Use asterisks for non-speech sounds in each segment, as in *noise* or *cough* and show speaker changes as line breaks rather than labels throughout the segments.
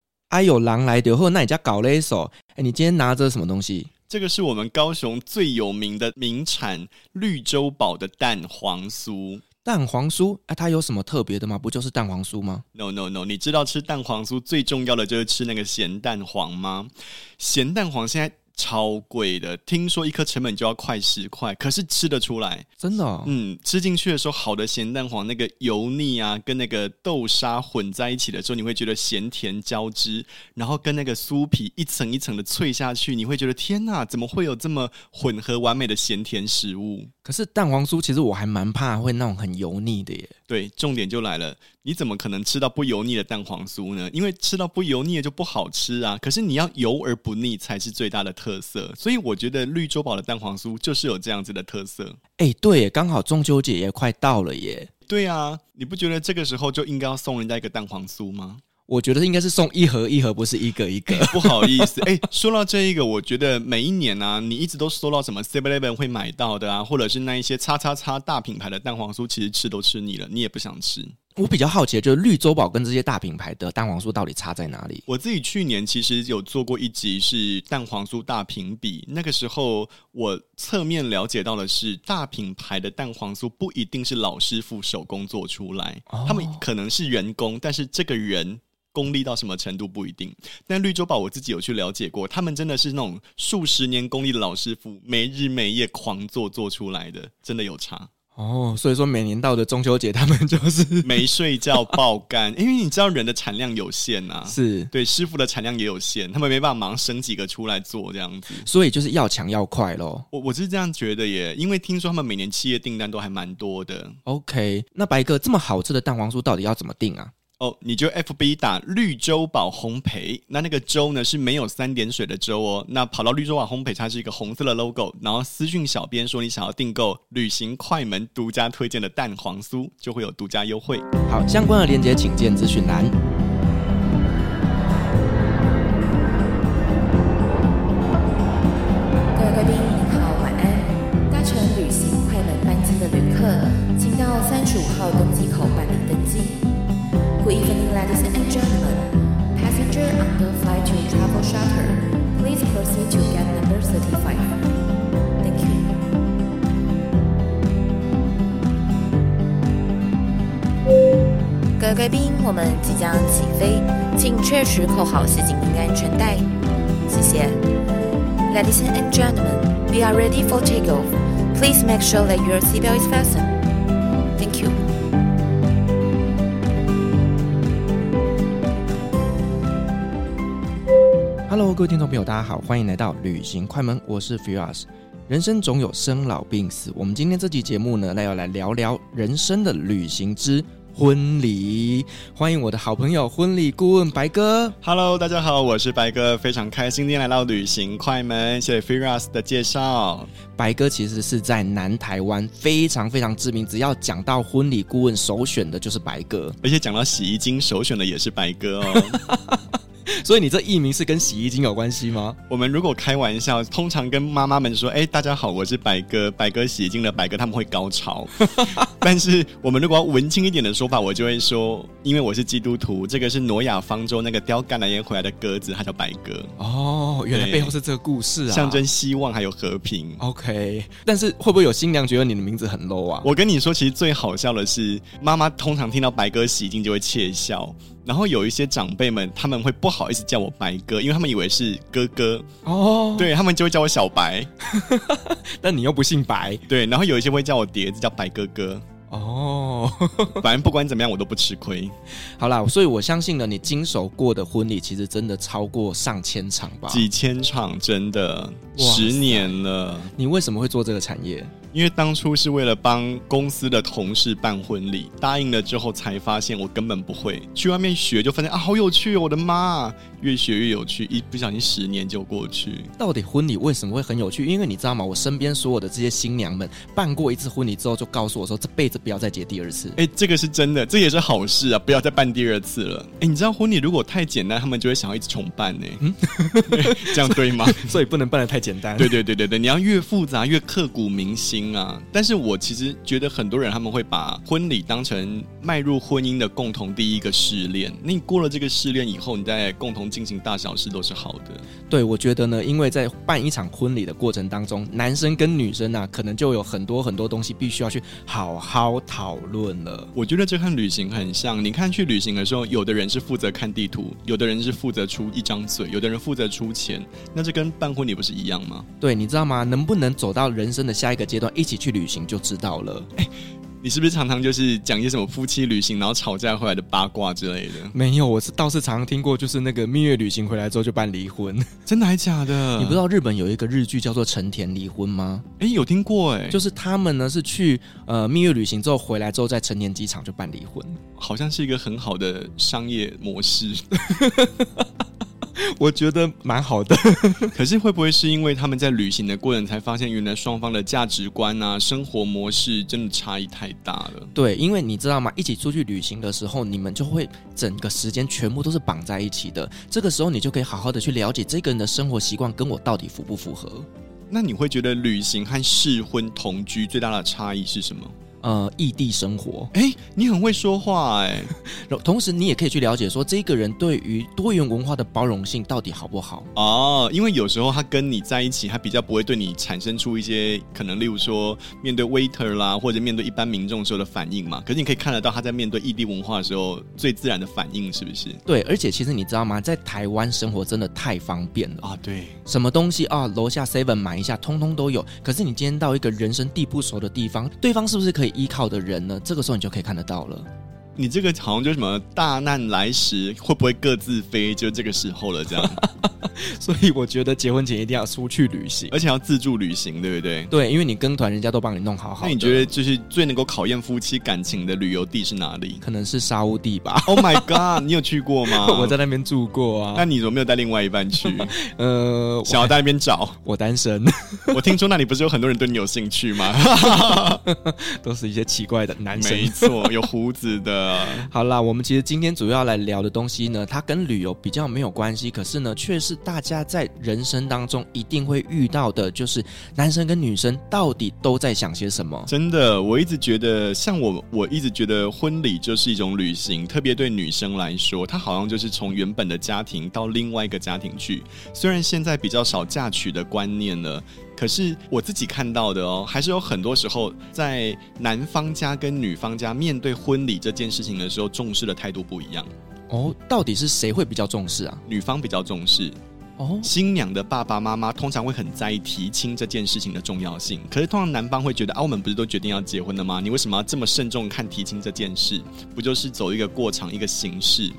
家啊有狼来的，或者那你家搞了一手，哎、你今天拿着什么东西？
这个是我们高雄最有名的名产绿洲堡的蛋黄酥。
蛋黄酥啊，它有什么特别的吗？不就是蛋黄酥吗？
No no no！你知道吃蛋黄酥最重要的就是吃那个咸蛋黄吗？咸蛋黄现在超贵的，听说一颗成本就要快十块，可是吃得出来。
真的、哦，
嗯，吃进去的时候，好的咸蛋黄那个油腻啊，跟那个豆沙混在一起的时候，你会觉得咸甜交织，然后跟那个酥皮一层一层的脆下去，你会觉得天哪，怎么会有这么混合完美的咸甜食物？
可是蛋黄酥其实我还蛮怕会那种很油腻的耶。
对，重点就来了，你怎么可能吃到不油腻的蛋黄酥呢？因为吃到不油腻的就不好吃啊。可是你要油而不腻才是最大的特色，所以我觉得绿洲堡的蛋黄酥就是有这样子的特色。
哎、对耶，刚好中秋节也快到了耶，
对啊，你不觉得这个时候就应该要送人家一个蛋黄酥吗？ *laughs*
我觉得应该是送一盒一盒，不是一个一个。
不好意思，哎、说到这一个，我觉得每一年啊，你一直都收到什么 Seven Eleven 会买到的啊，或者是那一些叉叉叉大品牌的蛋黄酥，其实吃都吃腻了，你也不想吃。
我比较好奇的就是绿洲堡跟这些大品牌的蛋黄酥到底差在哪里？
我自己去年其实有做过一集是蛋黄酥大评比，那个时候我侧面了解到的是，大品牌的蛋黄酥不一定是老师傅手工做出来，
哦
他们可能是员工，但是这个人。功力到什么程度不一定，但绿洲堡我自己有去了解过，他们真的是那种数十年功力的老师傅，没日没夜狂做做出来的，真的有差。
哦，所以说每年到的中秋节，他们
*laughs*
就是
没睡觉爆肝，因为你知道人的产量有限呐、啊，
是，
对师傅的产量也有限，他们没办法忙生几个出来做这样子。
所以就是要强要快咯。
我我是这样觉得耶，因为听说他们每年企业订单都还蛮多的
OK，那白哥这么好吃的蛋黄酥到底要怎么定啊？
哦。你就 FB 打绿洲堡烘焙，那那个洲呢是没有三点水的洲哦。那跑到绿洲堡烘焙，它是一个红色的 logo，然后私讯小编说你想要订购旅行快门独家推荐的蛋黄酥，就会有独家优惠。
好，相关的链接请见资讯栏。
各位贵宾，您好，晚安。搭乘旅行快门班机的旅客，请到三十五号登机口办理登机。Good evening, ladies and gentlemen. Passenger on the flight to travel shuttle, please proceed to gate number thirty-five. Thank you. 各位贵宾，我们即将起飞，请确实扣好系紧您的安全带，谢谢。Ladies and gentlemen, we are ready for takeoff. Please make sure that your seatbelt is fastened. Thank you.
哈喽，各位听众朋友，大家好，欢迎来到旅行快门，我是 Firas。人生总有生老病死，我们今天这期节目呢，来要来聊聊人生的旅行之婚礼。欢迎我的好朋友婚礼顾问白哥。
Hello，大家好，我是白哥，非常开心今天来到旅行快门，谢谢 Firas 的介绍。
白哥其实是在南台湾非常非常知名，只要讲到婚礼顾问，首选的就是白哥。
而且讲到洗衣精，首选的也是白哥哦。
所以你这艺名是跟洗衣精有关系吗？
我们如果开玩笑，通常跟妈妈们说：“哎、大家好，我是白哥， *laughs* 白哥洗衣精的白哥。”他们会高潮。 *laughs* 但是我们如果要文青一点的说法，我就会说，因为我是基督徒，这个是挪亚方舟那个叼橄榄叶回来的鸽子，它叫白鸽，
哦，原来
对
背后是这个故事啊，
象征希望还有和平。
OK，但是会不会有新娘觉得你的名字很 low 啊？
我跟你说，其实最好笑的是，妈妈通常听到白哥洗衣精就会窃笑，然后有一些长辈们他们会不好意思叫我白哥，因为他们以为是哥哥，
哦，
对他们就会叫我小白，
但你又不姓白
对，然后有一些会叫我碟子，叫白哥哥，
哦。 *laughs*
*laughs* 反正不管怎么样我都不吃亏，
好啦，所以我相信呢，你经手过的婚礼其实真的超过上千场吧？
几千场真的
哇塞
十年了，
你为什么会做这个产业？
因为当初是为了帮公司的同事办婚礼，答应了之后才发现我根本不会，去外面学就发现啊好有趣哦，我的妈，越学越有趣，一不小心十年就过去。
到底婚礼为什么会很有趣？因为你知道吗？我身边所有的这些新娘们办过一次婚礼之后，就告诉我说，这辈子不要再结第二
*laughs*
次。
哎、这个是真的，这也是好事啊！不要再办第二次了。哎、你知道婚礼如果太简单，他们就会想要一直重办呢、
嗯
*laughs* 这样对吗？
所以不能办的太简单
*laughs* 对对对对对，你要越复杂越刻骨铭心啊！但是我其实觉得很多人他们会把婚礼当成迈入婚姻的共同第一个试炼。那你过了这个试炼以后，你在共同进行大小事都是好的。
对，我觉得呢，因为在办一场婚礼的过程当中，男生跟女生啊，可能就有很多很多东西必须要去好好讨论了。
我觉得这和旅行很像。你看去旅行的时候，有的人是负责看地图，有的人是负责出一张嘴，有的人负责出钱。那这跟办婚礼不是一样吗？
对，你知道吗？能不能走到人生的下一个阶段，一起去旅行就知道了。
你是不是常常就是讲一些什么夫妻旅行，然后吵架回来的八卦之类的？
*laughs* 没有，我是倒是常常听过，就是那个蜜月旅行回来之后就办离婚。
真的还假
*laughs*
的？
你不知？道日本有一个日剧叫做《成田离婚》吗？
哎，有听过哎，就
就是他们呢是去呃蜜月旅行之后回来之后，在成田机场就办离婚。
好像是一个很好的商业模式。
*laughs*
*laughs*
我觉得蛮好的。
可是会不会是因为他们在旅行的过程才发现，原来双方的价值观啊、生活模式真的差异太大了？
*laughs* 对，因为你知道吗？一起出去旅行的时候，你们就会整个时间全部都是绑在一起的。这个时候，你就可以好好的去了解这个人的生活习惯跟我到底符不符合。
那你会觉得旅行和试婚同居最大的差异是什 *laughs* 么？
呃，异地生活，
哎，你很会说话哎、
然后同时你也可以去了解说，这个人对于多元文化的包容性到底好不好？
*laughs* 哦，因为有时候他跟你在一起，他比较不会对你产生出一些可能，例如说面对 waiter 啦，或者面对一般民众时候的反应嘛。可是你可以看得到他在面对异地文化的时候最自然的反应，是不是？
对，而且其实你知道吗，在台湾生活真的太方便了，
啊，对，
什么东西啊，楼下 seven 买一下，通通都有。可是你今天到一个人生地不熟的地方，对方是不是可以依靠的人呢？这个时候你就可以看得到了。 *laughs*
你这个好像就什么大难来时会不会各自飞，就这个时候了
*laughs*
这样，
所以我觉得结婚前一定要出去旅行。
而且要自助旅行，对不对？
对，因为你跟团，人家都帮你弄好好
那
的。
你觉得就是最能够考验夫妻感情的旅游地是
*laughs*
哪里
可能是沙乌地吧？
？Oh my god，你有去过吗？
*laughs* 我在。那边住过
那
啊。
你怎么没有带另外一半去？
呃， *laughs* 我
想要在那边找。
我单身， *laughs*
我听说那里不是有很多人对你有兴趣吗？
都是一些奇怪的男生
*laughs* 没。错，有胡子的。
好啦，我们其实今天主要来聊的东西呢，它跟旅游比较没有关系，可是呢，却是大家在人生当中一定会遇到的，就是男生跟女生到底都在想些什么。
真的，我一直觉得，像我，我一直觉得婚礼就是一种旅行，特别对女生来说，她好像就是从原本的家庭到另外一个家庭去。虽然现在比较少嫁娶的观念了。可是我自己看到的哦，还是有很多时候在男方家跟女方家面对婚礼这件事情的时候，重视的态度不一样。
哦，到底是谁会比较重视啊？
女方比较重视，
哦，
新娘的爸爸妈妈通常会很在意提亲这件事情的重要性，可是通常男方会觉得啊，我们不是都决定要结婚了吗？你为什么要这么慎重看提亲这件事？不就是走一个过场一个形式？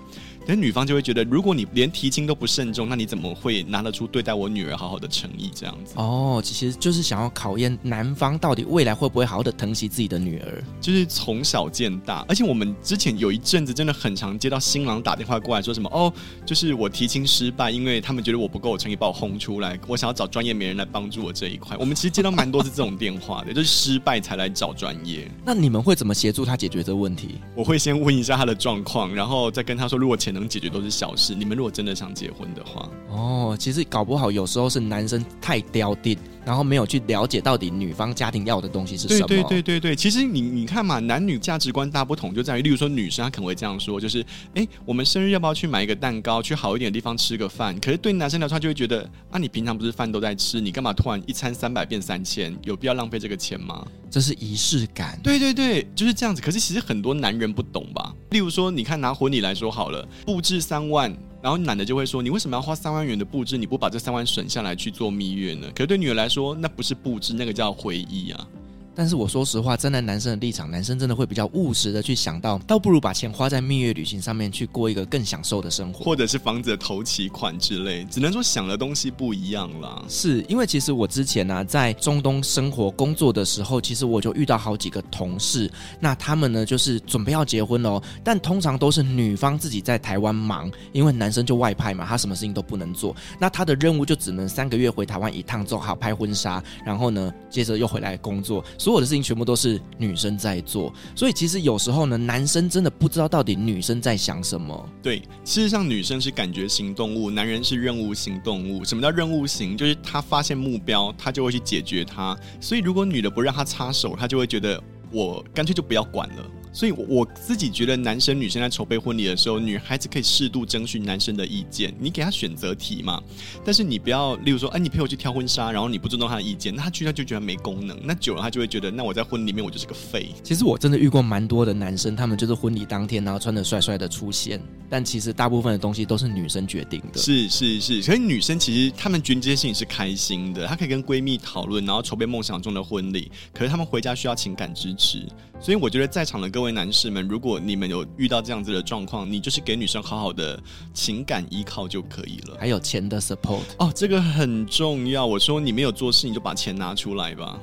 但女方就会觉得，如果你连提亲都不慎重，那你怎么会拿得出对待我女儿好好的诚意这样子？
哦，其实就是想要考验男方到底未来会不会好好的疼惜自己的女儿。
就是从小见大，而且我们之前有一阵子真的很常接到新郎打电话过来说什么哦，就是我提亲失败，因为他们觉得我不够有诚意，把我轰出来，我想要找专业媒人来帮助我这一块。我们其实接到蛮多次这种电话的，就是失败才来找专业。
那你们会怎么协助他解决这个问题？
我会先问一下他的状况，然后再跟他说，如果钱能解决都是小事。你们如果真的想结婚的话，
哦，其实搞不好有时候是男生太刁定，然后没有去了解到底女方家庭要的东西是什
对
么。
对对对对，其实你你看嘛，男女价值观大不同，就在于，例如说女生她可能会这样说，就是哎，诶我们生日要不要去买一个蛋糕，去好一点的地方吃个饭？可是对男生来说，他就会觉得啊，你平常不是饭都在吃，你干嘛突然一餐三百变三千？有必要浪费这个钱吗？
这是仪式感。
对对对，就是这样子。可是其实很多男人不懂吧？例如说，你看拿婚礼来说好了，布置三万。然后男的就会说：“你为什么要花三万元的布置？你不把这三万省下来去做蜜月呢？”可是对女儿来说，那不是布置，那个叫回忆啊。
但是我说实话，站在男生的立场，男生真的会比较务实的去想到，倒不如把钱花在蜜月旅行上面，去过一个更享受的生活。
或者是房子的头期款之类，只能说想的东西不一样啦。
是因为其实我之前呢、在中东生活工作的时候，其实我就遇到好几个同事，那他们呢就是准备要结婚喽，但通常都是女方自己在台湾忙，因为男生就外派嘛，他什么事情都不能做，那他的任务就只能三个月回台湾一趟，做好拍婚纱，然后呢接着又回来工作，所有的事情全部都是女生在做，所以其实有时候呢，男生真的不知道到底女生在想什么。
对，事实上女生是感觉型动物，男人是任务型动物。什么叫任务型？就是他发现目标，他就会去解决它。所以如果女的不让他插手，他就会觉得我干脆就不要管了。所以我，我自己觉得，男生女生在筹备婚礼的时候，女孩子可以适度征询男生的意见，你给他选择题嘛。但是你不要，例如说，哎、你陪我去挑婚纱，然后你不尊重他的意见，那他去他就觉得没功能，那久了他就会觉得，那我在婚礼里面我就是个废。
其实我真的遇过蛮多的男生，他们就是婚礼当天，然后穿的帅帅的出现，但其实大部分的东西都是女生决定的。
是是是，所以女生其实她们觉得这件事情是开心的，她可以跟闺蜜讨论，然后筹备梦想中的婚礼。可是她们回家需要情感支持，所以我觉得在场的各位男士们，如果你们有遇到这样子的状况，你就是给女生好好的情感依靠就可以了。
还有钱的 support。
哦，这个很重要。我说你没有做事，你就把钱拿出来吧。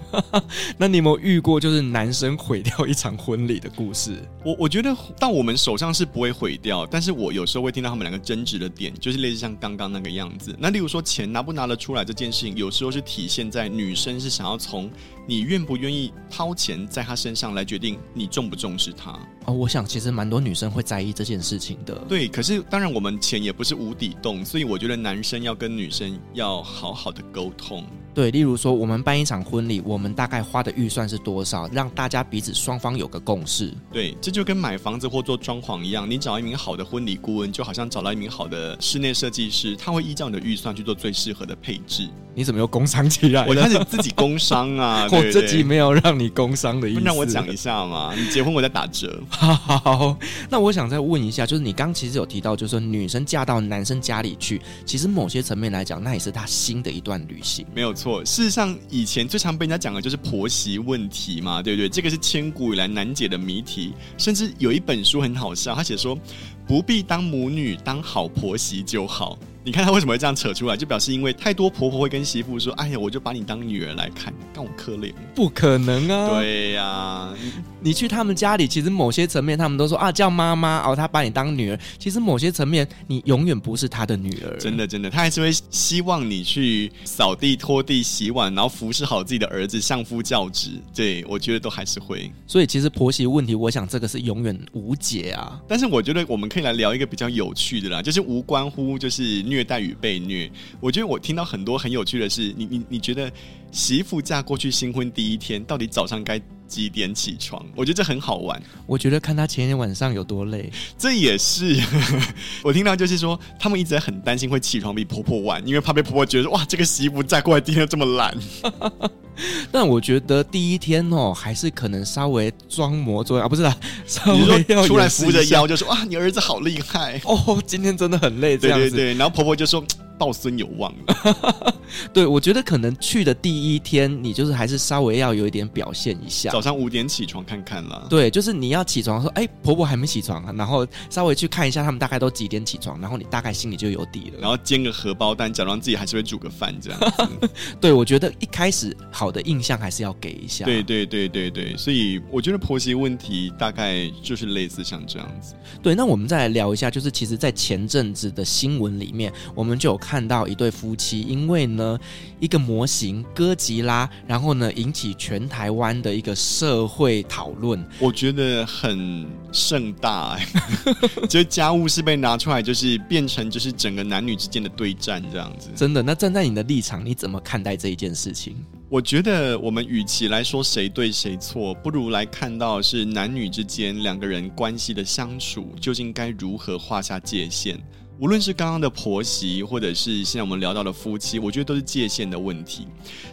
那你有没有遇过就是男生毁掉一场婚礼的故事？
我我觉得到我们手上是不会毁掉，但是我有时候会听到他们两个争执的点，就是类似像刚刚那个样子。那例如说钱拿不拿得出来这件事情，有时候是体现在女生是想要从你愿不愿意掏钱在她身上来决定你重不重视她。
哦，我想其实蛮多女生会在意这件事情的。
对，可是当然我们钱也不是无底洞，所以我觉得男生要跟女生要好好的沟通。
对，例如说我们办一场婚礼，我们大概花的预算是多少，让大家彼此双方有个共识。
对，这就跟买房子或做装潢一样，你找一名好的婚礼顾问，就好像找到一名好的室内设计师，他会依照你的预算去做最适合的配置。
你怎么又工伤起来
我
了？
开始自己工商啊
*laughs* ，我
对
这集没有让你工伤的意
不
思。
能让我讲一下嘛？你结婚我在打折，
好，那我想再问一下，就是你刚其实有提到，就是说女生嫁到男生家里去，其实某些层面来讲，那也是她新的一段旅行。
没有错。事实上，以前最常被人家讲的就是婆媳问题嘛，对不对？这个是千古以来难解的谜题，甚至有一本书很好笑，他写说不必当母女，当好婆媳就好。你看他为什么会这样扯出来，就表示因为太多婆婆会跟媳妇说：“哎呀，我就把你当女儿来看，干我可怜。”
不可能啊！，
对呀、
你去他们家里，其实某些层面他们都说啊叫妈妈哦，她把你当女儿。其实某些层面，你永远不是她的女儿。
真的真的，他还是会希望你去扫地、拖地、洗碗，然后服侍好自己的儿子，相夫教子。对我觉得都还是会。
所以其实婆媳问题，我想这个是永远无解啊。
但是我觉得我们可以来聊一个比较有趣的啦，就是无关乎就是虐待与被虐。我觉得我听到很多很有趣的是，你你你觉得媳妇嫁过去新婚第一天，到底早上该几点起床？我觉得这很好玩。
我觉得看她前一天晚上有多
*laughs*
累，
这也是 *laughs* 我听到，就是说他们一直在很担心会起床比婆婆晚，因为怕被婆婆觉得哇，这个媳妇嫁过来第一天就这么懒。
但我觉得第一天哦，还是可能稍微装模作样啊，不是啦， *laughs* 稍
你
微要
说出来
掩饰
扶着
一下
腰就说哇，你儿子好厉
*laughs*
害。
哦，今天真的很累，这
对
样
对
子。
对，然后婆婆就说抱孙有望啊了。
对我觉得可能去的第一天，你就是还是稍微要有一点表现一下。
早上五点起床看看啦。
对，就是你要起床说，哎，婆婆还没起床啊，然后稍微去看一下他们大概都几点起床，然后你大概心里就有底了。
然后煎个荷包蛋，假装自己还是会煮个饭这样子。
对我觉得一开始好的印象还是要给一下。
对对对对对，所以我觉得婆媳问题大概就是类似像这样子。
对，那我们再来聊一下，就是其实，在前阵子的新闻里面，我们就有看到一对夫妻，因为呢一个模型哥吉拉，然后呢引起全台湾的一个社会讨论。
我觉得很盛大、
*laughs*
欸，就是家务事被拿出来，就是变成就是整个男女之间的对战这样子。
真的，那站在你的立场，你怎么看待这一件事情？
我觉得我们与其来说谁对谁错，不如来看到是男女之间两个人关系的相处究竟该如何划下界限。无论是刚刚的婆媳，或者是现在我们聊到的夫妻，我觉得都是界限的问题。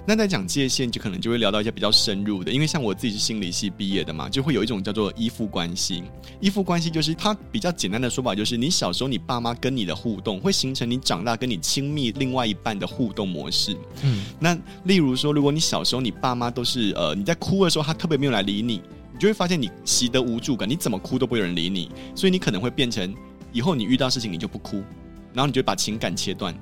那在讲界限，就可能就会聊到一些比较深入的，因为像我自己是心理系毕业的嘛，就会有一种叫做依附关系。依附关系就是它比较简单的说法，就是你小时候你爸妈跟你的互动，会形成你长大跟你亲密另外一半的互动模式。
嗯，
那例如说，如果你小时候你爸妈都是呃你在哭的时候，他特别没有来理你，你就会发现你习得无助感，你怎么哭都不会有人理你，所以你可能会变成以后你遇到事情你就不哭，然后你就把情感切断，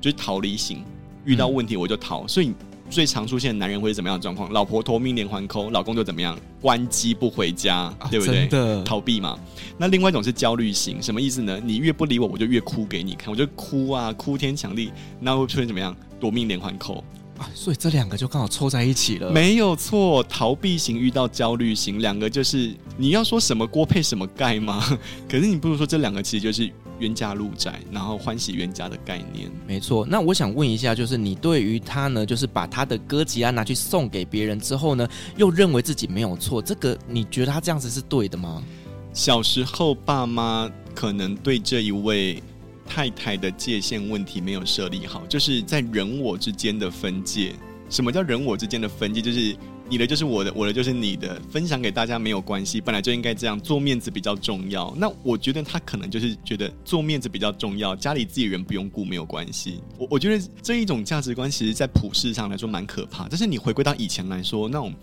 就是逃离型，遇到问题我就
嗯
逃，所以。最常出现的男人会是怎么样的状况？老婆夺命连环扣，老公就怎么样关机不回家，
啊
对不
真
对？
的
逃避嘛。那另外一种是焦虑型，什么意思呢？你越不理我，我就越哭给你看，我就哭啊，哭天抢地，那会出现怎么样？夺命连环扣，
啊，所以这两个就刚好凑在一起了。
没有错，逃避型遇到焦虑 *laughs* 型，两个就是你要说什么锅配什么盖吗？可是你不如说这两个其实就是冤家路窄，然后欢喜冤家的概念。
没错，那我想问一下，就是你对于他呢，就是把他的歌吉啊拉拿去送给别人之后呢，又认为自己没有错，这个你觉得他这样子是对的吗？
小时候，爸妈可能对这一位太太的界限问题没有设立好，就是在人我之间的分界。什么叫人我之间的分界？就是你的就是我的，我的就是你的，分享给大家没有关系，本来就应该这样，做面子比较重要。那我觉得他可能就是觉得做面子比较重要，家里自己人不用顾没有关系。我我觉得这一种价值观，其实在普世上来说蛮可怕，但是你回归到以前来说，那种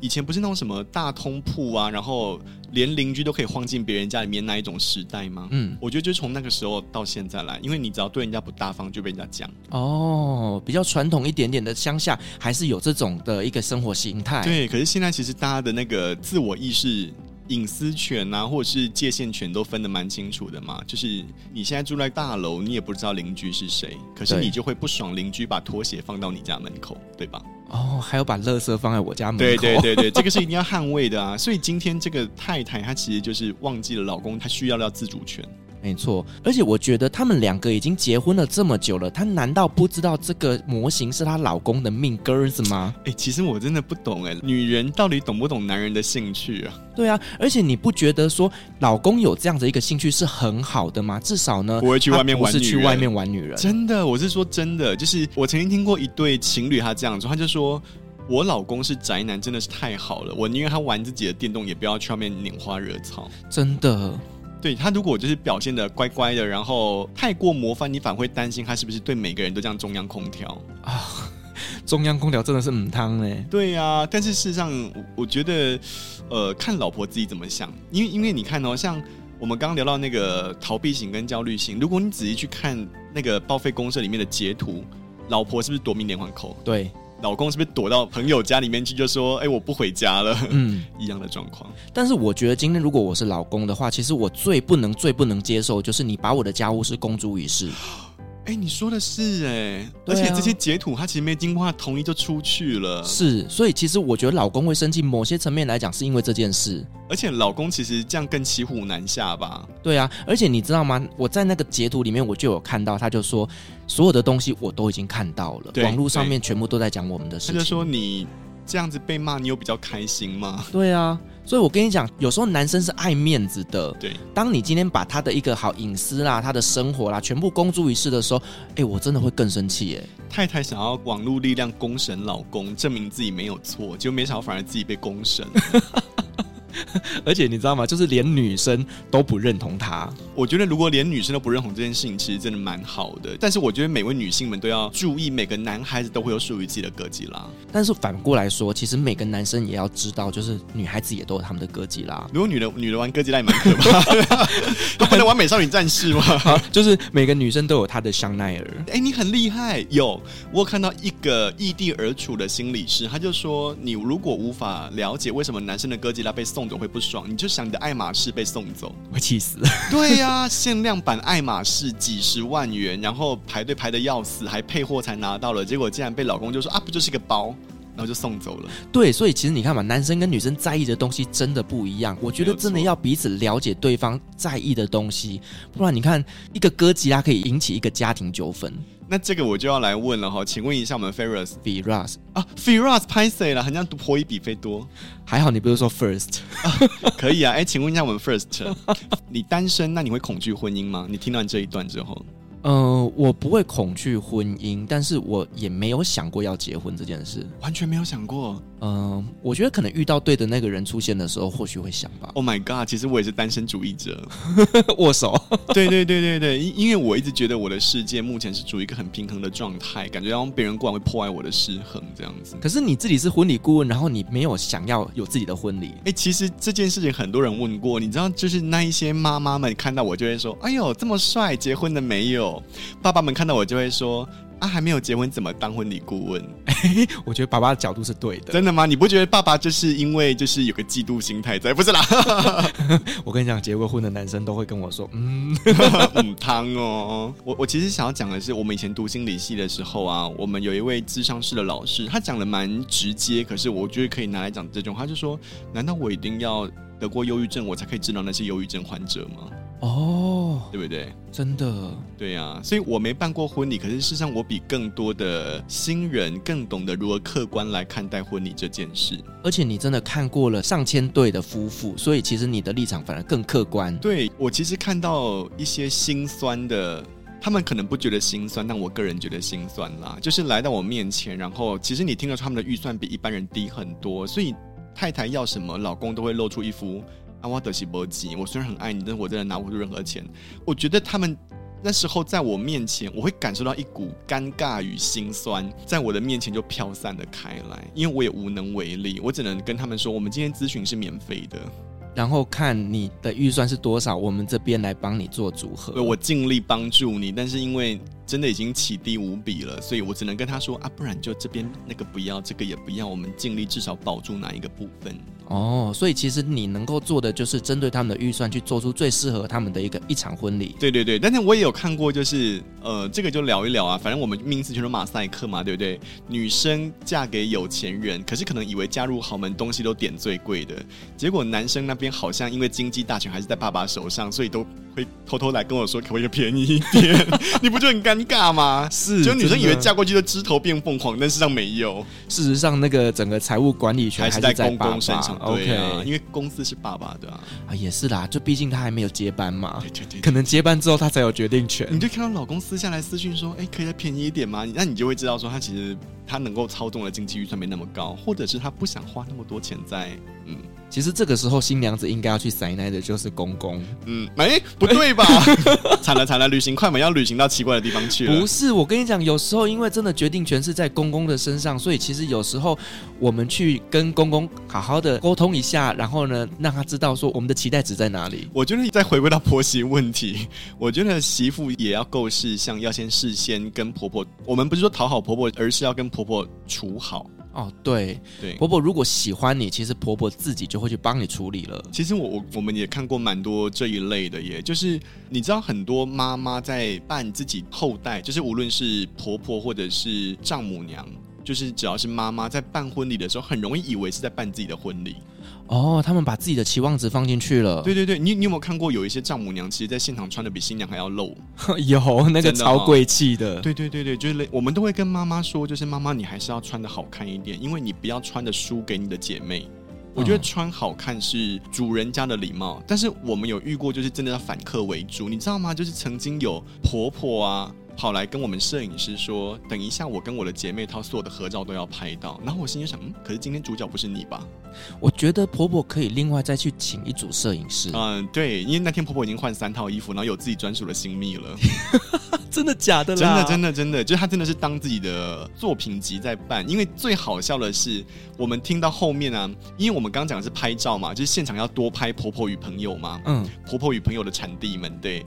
以前不是那种什么大通铺啊，然后连邻居都可以晃进别人家里面那一种时代吗？
嗯，
我觉得就是从那个时候到现在来，因为你只要对人家不大方，就被人家讲。
哦，比较传统一点点的乡下，还是有这种的一个生活形态。，
对，可是现在其实大家的那个自我意识、隐私权啊，或者是界限权都分得蛮清楚的嘛。就是你现在住在大楼，你也不知道邻居是谁，可是
对
你就会不爽邻居把拖鞋放到你家门口，对吧？
哦，还有把垃圾放在我家门口。
对对对 *laughs* 对，这个是一定要捍卫的啊。所以今天这个太太她其实就是忘记了老公，她需要要自主权。
没错，而且我觉得他们两个已经结婚了这么久了，她难道不知道这个模型是她老公的命根子吗？
哎、其实我真的不懂哎、女人到底懂不懂男人的兴趣
*laughs*
啊？
对啊，而且你不觉得说老公有这样的一个兴趣是很好的吗？至少呢，
不会去外面
他不
玩
是
女
去
人啊
外面玩女人。
真的，我是说真的，就是我曾经听过一对情侣，他这样说，他就说。我老公是宅男，真的是太好了。我宁愿他玩自己的电动，也不要去外面拈花惹草。
真的，
对他，如果就是表现的乖乖的，然后太过模范，你反而会担心他是不是对每个人都这样中央空调。
中央空调真的是母汤呢。
对呀、但是事实上，我我觉得，呃，看老婆自己怎么想，因为因为你看哦，像我们刚刚聊到那个逃避型跟焦虑型，如果你仔细去看那个报废公社里面的截图，老婆是不是夺命连环扣？
对，
*laughs* 老公是不是躲到朋友家里面去，就说：“哎、我不回家了。 *laughs*
嗯，”
一样的状况，
但是我觉得今天如果我是老公的话，其实我最不能、最不能接受就是你把我的家务事公诸于世。
哎、你说的是哎、而
对啊
且这些截图他其实没经过他同意就出去了，
是，所以其实我觉得老公会生气，某些层面来讲是因为这件事。
而且老公其实这样更骑虎难下吧？
对啊，而且你知道吗？我在那个截图里面我就有看到，他就说所有的东西我都已经看到了，
对
网络上面全部都在讲我们的事
他
情。
就说：“你这样子被骂，你有比较开心吗 *laughs*
对啊，所以我跟你讲，有时候男生是爱面子的。？”
对，
当你今天把他的一个好隐私啦、他的生活啦，全部公诸于世的时候，哎，我真的会更生气耶。
太太想要网络力量公审老公，证明自己没有错，结果没想到反而自己被公审。
而且你知道吗？就是连女生都不认同他。
*laughs* 我觉得如果连女生都不认同这件事情，其实真的蛮好的。但是我觉得每位女性们都要注意，每个男孩子都会有属于自己的哥吉拉。
但是反过来说，其实每个男生也要知道，就是女孩子也都有他们的歌姬啦。
如果女的女的玩哥吉拉也蛮可怕 *laughs* 的，都不能玩美少女战士吗？
*laughs* 就是每个女生都有她的香奈 *laughs* 儿。
*laughs* 哎、你很厉害！有我有看到一个异地而处的心理师，他就说，你如果无法了解为什么男生的哥吉拉被送走会不爽，你就想你的爱马仕被送走。
会气死！
对呀、 *laughs* 限量版爱马仕几十万元，然后排队排的要死，还配货才拿到了，结果竟然被老公就说啊，不就是个包，然后就送走了。
对，所以其实你看嘛，男生跟女生在意的东西真的不一样。我觉得真的
没有错
要彼此了解对方在意的东西，不然你看一个歌姬，它可以引起一个家庭纠纷。
那这个我就要来问了哈，请问一下我们 Ferris
Firas，
啊，Ferris 拍谁了？好像读破一比菲多，
还好你不是说 first，
可以啊。哎，请问一下我们 First，你单身，那你会恐惧婚姻吗？你听完这一段之后，
*laughs* 呃，我不会恐惧婚姻，但是我也没有想过要结婚这件事。
完全没有想过。
嗯、我觉得可能遇到对的那个人出现的时候，或许会想吧。
Oh my god，其实我也是单身主义者。
*laughs*
*laughs*
握手，
对对对对对，因因为我一直觉得我的世界目前是处于一个很平衡的状态，感觉让别人过来会破坏我的失衡这样子。
可是你自己是婚礼顾问，然后你没有想要有自己的婚礼，
哎、其实这件事情很多人问过，你知道，就是那一些妈妈们看到我就会说：“哎呦，这么帅，结婚了没有？”爸爸们看到我就会说：“啊，还没有结婚，怎么当婚礼顾问？”
我觉得爸爸的角度是对的。
真的吗？你不觉得爸爸就是因为就是有个嫉妒心态在？不是 *laughs* 啦，
我跟你讲，结过婚的男生都会跟我说，嗯，
母汤哦。我我其实想要讲的是，我们以前读心理系的时候啊，我们有一位智商师的老师，他讲的蛮直接，可是我觉得可以拿来讲这种话，他就说：难道我一定要得过忧郁症，我才可以治疗那些忧郁症患者吗？
哦，
对不对？
真的，
对呀、所以我没办过婚礼，可是事实上我比更多的新人更懂得如何客观来看待婚礼这件事。
而且你真的看过了上千对的夫妇，所以其实你的立场反而更客观。
对我其实看到一些心酸的，他们可能不觉得心酸，但我个人觉得心酸啦。就是来到我面前，然后其实你听得出他们的预算比一般人低很多，所以太太要什么，老公都会露出一副啊，我德西伯吉，我虽然很爱你，但我真的拿不出任何钱。我觉得他们。那时候在我面前，我会感受到一股尴尬与心酸，在我的面前就飘散的开来，因为我也无能为力，我只能跟他们说，我们今天咨询是免费的，
然后看你的预算是多少，我们这边来帮你做组合。
对我尽力帮助你，但是因为真的已经起低无比了，所以我只能跟他说啊，不然就这边那个不要，这个也不要，我们尽力至少保住哪一个部分。
哦，所以其实你能够做的就是针对他们的预算去做出最适合他们的一个一场婚礼。
对对对，但是我也有看过，就是呃，这个就聊一聊啊，反正我们名词全都马赛克嘛，对不对？女生嫁给有钱人，可是可能以为嫁入豪门东西都点最贵的，结果男生那边好像因为经济大权还是在爸爸手上，所以都会偷偷来跟我说可不可以便宜一点， *laughs* 你不觉得很尴尬吗？
是
就女生以为
真的
嫁过去就枝头变凤凰，但事实上没有，
事实上，那个整个财务管理权
还
是
是
在
在公
爸爸
公身上。对
OK，
啊因为公司是爸爸的、啊，
啊，也是啦，就毕竟他还没有接班嘛
对，对对
啊可能接班之后他才有决定权。
你就看到老公私下来私讯说：“哎、可以再便宜一点吗？”那你就会知道说，他其实他能够操纵的经济预算没那么高，或者是他不想花那么多钱在嗯
其实这个时候，新娘子应该要去塞奶的就是公公，
嗯，哎、不对吧？ *laughs* 惨了惨了，旅行快门要旅行到奇怪的地方去了
不。是，我跟你讲，有时候因为真的决定权是在公公的身上，所以其实有时候我们去跟公公好好的沟通一下，然后呢，让他知道说我们的期待值在哪里。
我觉得再回归到婆媳问题，我觉得媳妇也要够事项，要先事先跟婆婆，我们不是说讨好婆婆，而是要跟婆婆处好。
哦，对，
对，
婆婆如果喜欢你，其实婆婆自己就会去帮你处理了。
其实我我我们也看过蛮多这一类的耶，就是你知道很多妈妈在办自己后代，就是无论是婆婆或者是丈母娘，就是只要是妈妈在办婚礼的时候，很容易以为是在办自己的婚礼。
哦，他们把自己的期望值放进去了。
对对对，你你有没有看过有一些丈母娘其实在现场穿的比新娘还要露？
*laughs* 有那个
真的
超
哦
贵气 *laughs* 的，
对对对对，就是类我们都会跟妈妈说，就是妈妈你还是要穿的好看一点，因为你不要穿的输给你的姐妹。我觉得
嗯
穿好看是主人家的礼貌，但是我们有遇过就是真的要反客为主，你知道吗？就是曾经有婆婆啊跑来跟我们摄影师说，等一下我跟我的姐妹她所有的合照都要拍到，然后我心里想，嗯，可是今天主角不是你吧？
我觉得婆婆可以另外再去请一组摄影师，
嗯，对，因为那天婆婆已经换三套衣服，然后有自己专属的新密了。
真的假的
真的真
的，
的真的，就是他真的是当自己的作品集在办。因为最好笑的是，我们听到后面啊，因为我们刚刚讲的是拍照嘛，就是现场要多拍婆婆与朋友嘛，
嗯，
婆婆与朋友的产地们对。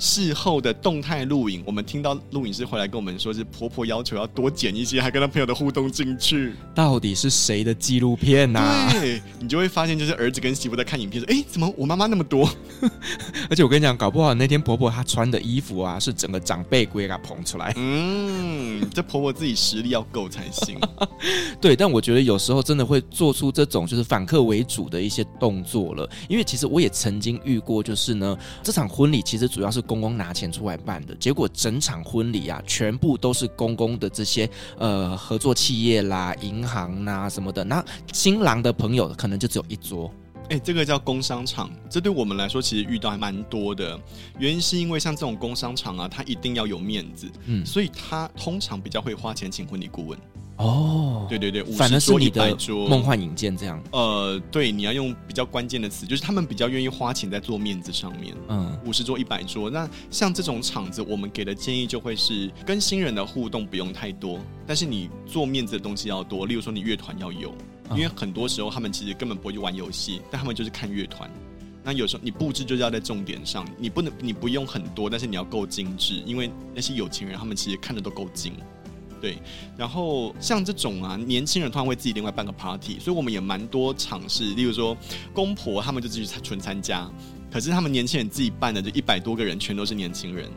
事后的动态录影，我们听到录影师回来跟我们说，是婆婆要求要多剪一些，还跟她朋友的互动进去。
到底是谁的纪录片啊呐、
对，你就会发现，就是儿子跟媳妇在看影片，说：“哎，怎么我妈妈那么多？”
而且我跟你讲，搞不好那天婆婆她穿的衣服啊，是整个长辈龟给她捧
*laughs*
出来。
嗯，这婆婆自己实力要够才行。
对，但我觉得有时候真的会做出这种就是反客为主的一些动作了，因为其实我也曾经遇过，就是呢，这场婚礼其实主要是公公拿钱出来办的，结果整场婚礼啊，全部都是公公的这些呃合作企业啦、银行啦、什么的，那新郎的朋友可能就只有一桌。
哎、这个叫工商场，这对我们来说其实遇到还蛮多的。原因是因为像这种工商场啊，他一定要有面子，
嗯，
所以他通常比较会花钱请婚礼顾问。
哦，
对对对，五
反而
十
是
桌
你
一百
的
桌，
梦幻影剑这样，
呃，对，你要用比较关键的词，就是他们比较愿意花钱在做面子上面。
嗯，
五十桌、一百桌，那像这种场子，我们给的建议就会是跟新人的互动不用太多，但是你做面子的东西要多，例如说你乐团要有，因为很多时候他们其实根本不会去玩游戏，但他们就是看乐团。那有时候你布置就是要在重点上，你不能你不用很多，但是你要够精致，因为那些有钱人他们其实看的都够精。对，然后像这种啊，年轻人通常会自己另外办个 party，所以我们也蛮多尝试，例如说公婆他们就自己参纯参加，可是他们年轻人自己办的，就一百多个人全都是年轻人，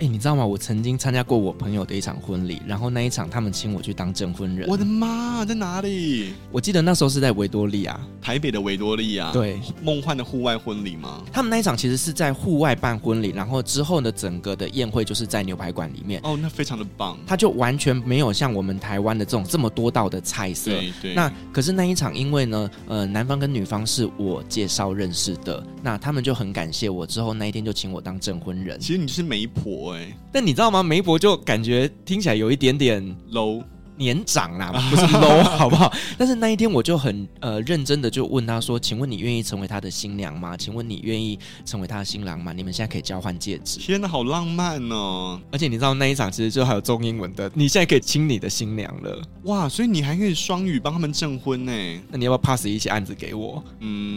哎、你知道吗？我曾经参加过我朋友的一场婚礼，然后那一场他们请我去当证婚人。
我的妈，在哪里？
我记得那时候是在维多利亚，
台北的维多利亚，，
对
梦幻的户外婚礼吗？
他们那一场其实是在户外办婚礼，然后之后呢，整个的宴会就是在牛排馆里面，
哦，那非常的棒。
它就完全没有像我们台湾的这种这么多道的菜色。
对对，
那可是那一场，因为呢，呃，男方跟女方是我介绍认识的，那他们就很感谢我，之后那一天就请我当证婚人。
其实你就是媒婆哎、
但你知道吗？媒婆就感觉听起来有一点点
low
年长啦， *laughs* 不是 low 好不好？但是那一天我就很呃认真的就问他说：“请问你愿意成为他的新娘吗？请问你愿意成为他的新郎吗？你们现在可以交换戒指。
天哪，好浪漫哦！”
而且你知道那一场其实就还有中英文的，你现在可以亲你的新娘了。
哇，所以你还可以双语帮他们证婚呢、
那你要不要 pass 一些案子给我？
*laughs* 嗯，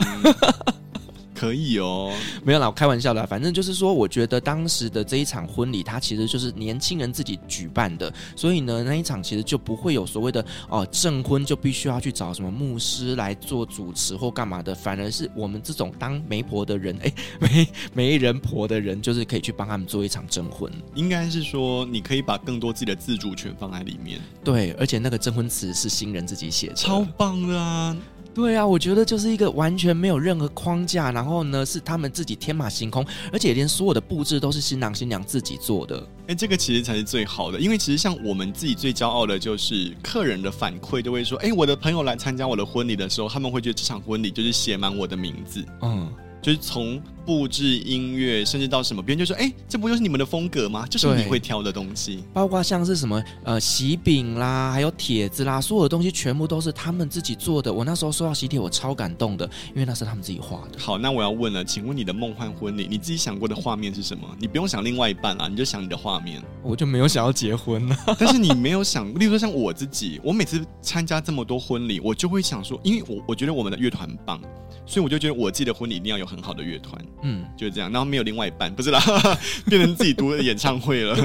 可以哦。
没有啦，我开玩笑的。反正就是说，我觉得当时的这一场婚礼，它其实就是年轻人自己举办的，所以呢，那一场其实就不会有所谓的哦、证婚就必须要去找什么牧师来做主持或干嘛的，反而是我们这种当媒婆的人，哎， *laughs* 媒媒人婆的人，就是可以去帮他们做一场证婚。
应该是说，你可以把更多自己的自主权放在里面，
对，而且那个证婚词是新人自己写的，
超棒的啊！
对啊，我觉得就是一个完全没有任何框架，然后呢是他们自己天马行空，而且连所有的布置都是新郎新娘自己做的。
哎、这个其实才是最好的，因为其实像我们自己最骄傲的就是客人的反馈都会说，哎、我的朋友来参加我的婚礼的时候，他们会觉得这场婚礼就是写满我的名字，
嗯。
就是从布置、音乐，甚至到什么，别人就说，哎、这不就是你们的风格吗？这是
对
你会挑的东西。
包括像是什么呃喜饼啦，还有帖子啦，所有的东西全部都是他们自己做的。我那时候收到喜帖，我超感动的，因为那是他们自己画的。
好，那我要问了，请问你的梦幻婚礼，你自己想过的画面是什么？你不用想另外一半啦，你就想你的画面。
我就没有想要结婚了。
但是你没有想， *laughs* 例如说像我自己，我每次参加这么多婚礼，我就会想说，因为我我觉得我们的乐团很棒，所以我就觉得我自己的婚礼一定要有很好的乐团，
嗯，
就是这样。然后没有另外一半，不是啦， *laughs* 变成自己独的演唱会
*laughs*
了。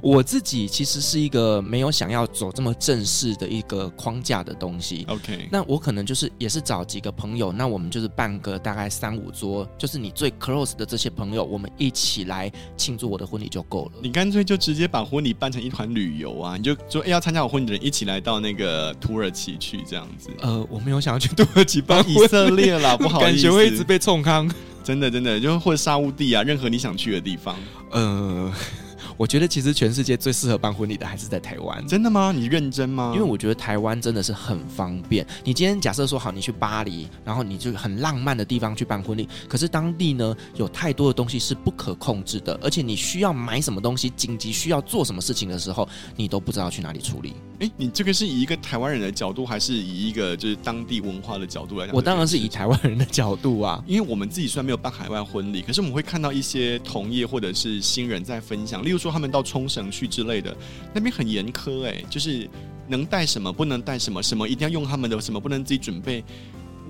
我自己其实是一个没有想要走这么正式的一个框架的东西。
OK，
那我可能就是也是找几个朋友，那我们就是办个大概三五桌，就是你最 close 的这些朋友，我们一起来庆祝我的婚礼就够了。
你干脆就直接把婚礼办成一团旅游啊！你就说、哎要参加我婚礼的人一起来到那个土耳其去，这样
*laughs*
子。
呃，我没有想要去土耳其办
以色列啦，不好意思，
*laughs* 感觉会一直被冲康。
真的真的，就或者沙乌地啊，任何你想去的地方。
呃， *laughs* 我觉得其实全世界最适合办婚礼的还是在台湾。
真的吗？你认真吗？
因为我觉得台湾真的是很方便。你今天假设说好，你去巴黎，然后你就很浪漫的地方去办婚礼，可是当地呢有太多的东西是不可控制的，而且你需要买什么东西，紧急需要做什么事情的时候，你都不知道去哪里处理。
哎，你这个是以一个台湾人的角度，还是以一个就是当地文化的角度来讲？
我当然是以，台湾人的角度啊，
因为我们自己虽然没有办海外婚礼，可是我们会看到一些同业或者是新人在分享，例如说他们到冲绳去之类的，那边很严苛哎、就是能带什么，不能带什么，什么一定要用他们的，什么不能自己准备。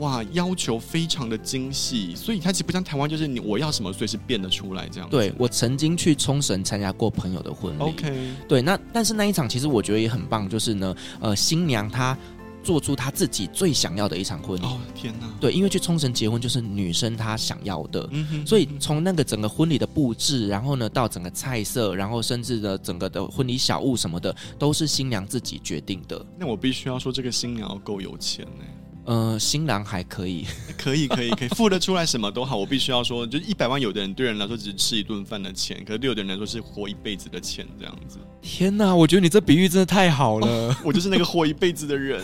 哇，要求非常的精细，所以它其实不像台湾，就是你我要什么随时变得出来这样子。
对我曾经去冲绳参加过朋友的婚礼。
，OK，
对，那但是那一场其实我觉得也很棒，就是呢，呃，新娘她做出她自己最想要的一场婚礼。
哦天哪，
对，因为去冲绳结婚就是女生她想要的。
嗯哼
所以从那个整个婚礼的布置，然后呢到整个菜色，然后甚至的整个的婚礼小物什么的，都是新娘自己决定的。
那我必须要说，这个新娘要够有钱哎呢、
呃，新郎还可以， *laughs*
可以，可以，可以，付得出来什么都好。我必须要说， *laughs* 就是一百万，有的人对人来说只是吃一顿饭的钱，可是对有的人来说是活一辈子的钱，这样子。
天哪，我觉得你这比喻真的太好了。 *laughs*
我就是那个活一辈子的人。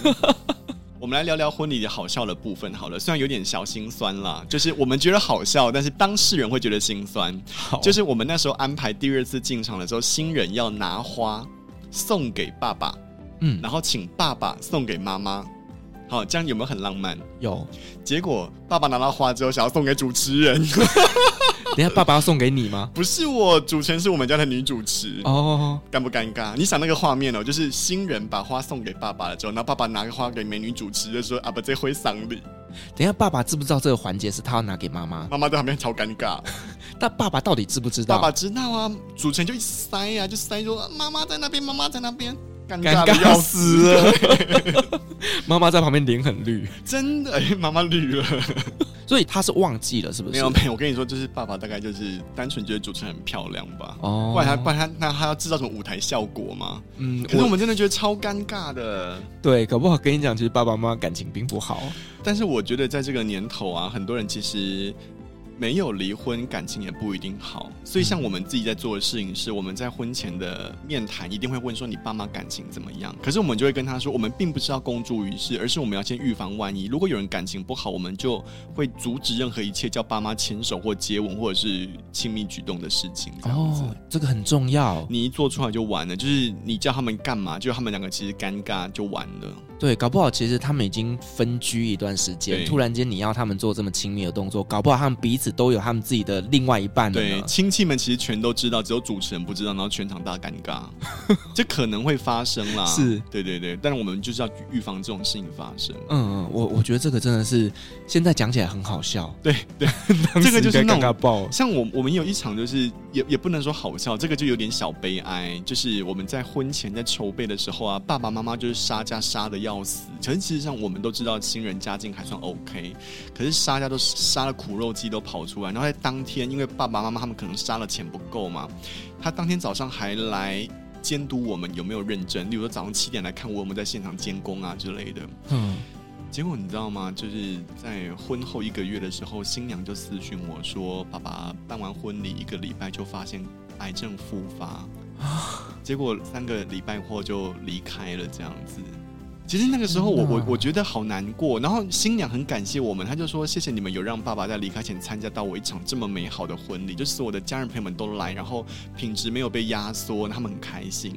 我们来聊聊婚礼的好笑的部分好了，虽然有点小心酸啦，就是我们觉得好笑，但是当事人会觉得心酸。
好
就是我们那时候安排第二次进场的时候，新人要拿花送给爸爸，
嗯，
然后请爸爸送给妈妈。好，这样有没有很浪漫？
有，
结果爸爸拿到花之后，想要送给主持人，
等一下爸爸要送给你吗？
不是我，主持人是我们家的女主持，
哦，
尴不尴尬？你想那个画面哦，就是新人把花送给爸爸了之后，然后爸爸拿个花给美女主持，就说啊不，这会丧礼，
等一下爸爸知不知道这个环节是他要拿给妈妈？
妈妈在旁边超尴尬，
但爸爸到底知不知
爸
道？
爸知道啊，主持人就一直塞啊，就塞说啊妈妈在那边，妈妈在那边。尴
尴
尬的
尬
要死，
死了，妈妈在旁边脸很绿。 *laughs*
真的，哎妈妈绿了。
所以他是忘记了，是不
没
是？
有没有，我跟你说，就是爸爸大概就是单纯觉得主持人很漂亮吧，
哦
不然他不然他那他要制造什么舞台效果吗？
嗯，
可是我
我
们真的觉得超尴尬的。
对，搞不好跟你讲，其实爸爸妈妈感情并不好。
但是我觉得在这个年头啊，很多人其实没有离婚，感情也不一定好。所以像我们自己在做的事情是，我们在婚前的面谈一定会问说你爸妈感情怎么样。可是我们就会跟他说，我们并不是要公诸于世，而是我们要先预防万一。如果有人感情不好，我们就会阻止任何一切叫爸妈牵手或接吻或者是亲密举动的事情。这样子。
哦，这个很重要。
你一做出来就完了，就是你叫他们干嘛，就他们两个其实尴尬就完了。
对，搞不好其实他们已经分居一段时间，
对
突然间你要他们做这么亲密的动作，搞不好他们彼此都有他们自己的另外一半了
对
呢，。嗯
亲戚们其实全都知道，只有主持人不知道，然后全场大尴
*laughs*
尬，这可能会发生啦。
是，
对对对，但是我们就是要预防这种事情发生。
嗯，嗯，我我觉得这个真的是现在讲起来很好笑，
对对，
*laughs* 当时
这个就是
应该
那种
尴尬爆了。
像我我们有一场就是也也不能说好笑，这个就有点小悲哀，就是我们在婚前在筹备的时候啊，爸爸妈妈就是杀价杀的要死，可是其实上我们都知道新人家境还算 OK，可是杀价都杀了苦肉计都跑出来，然后在当天因为爸爸妈妈他们可能杀了钱不够嘛，他当天早上还来。监督我们有没有认真，例如说早上七点来看我有没有在现场监工啊之类的。
嗯，
结果你知道吗？就是在婚后一个月的时候，新娘就私讯我说：“爸爸办完婚礼一个礼拜就发现癌症复发，
啊
结果三个礼拜后就离开了。”这样子。其实那个时候我，
天哪
我我觉得好难过。然后新娘很感谢我们，她就说：“谢谢你们有让爸爸在离开前参加到我一场这么美好的婚礼，就是我的家人朋友们都来，然后品质没有被压缩，他们很开心。”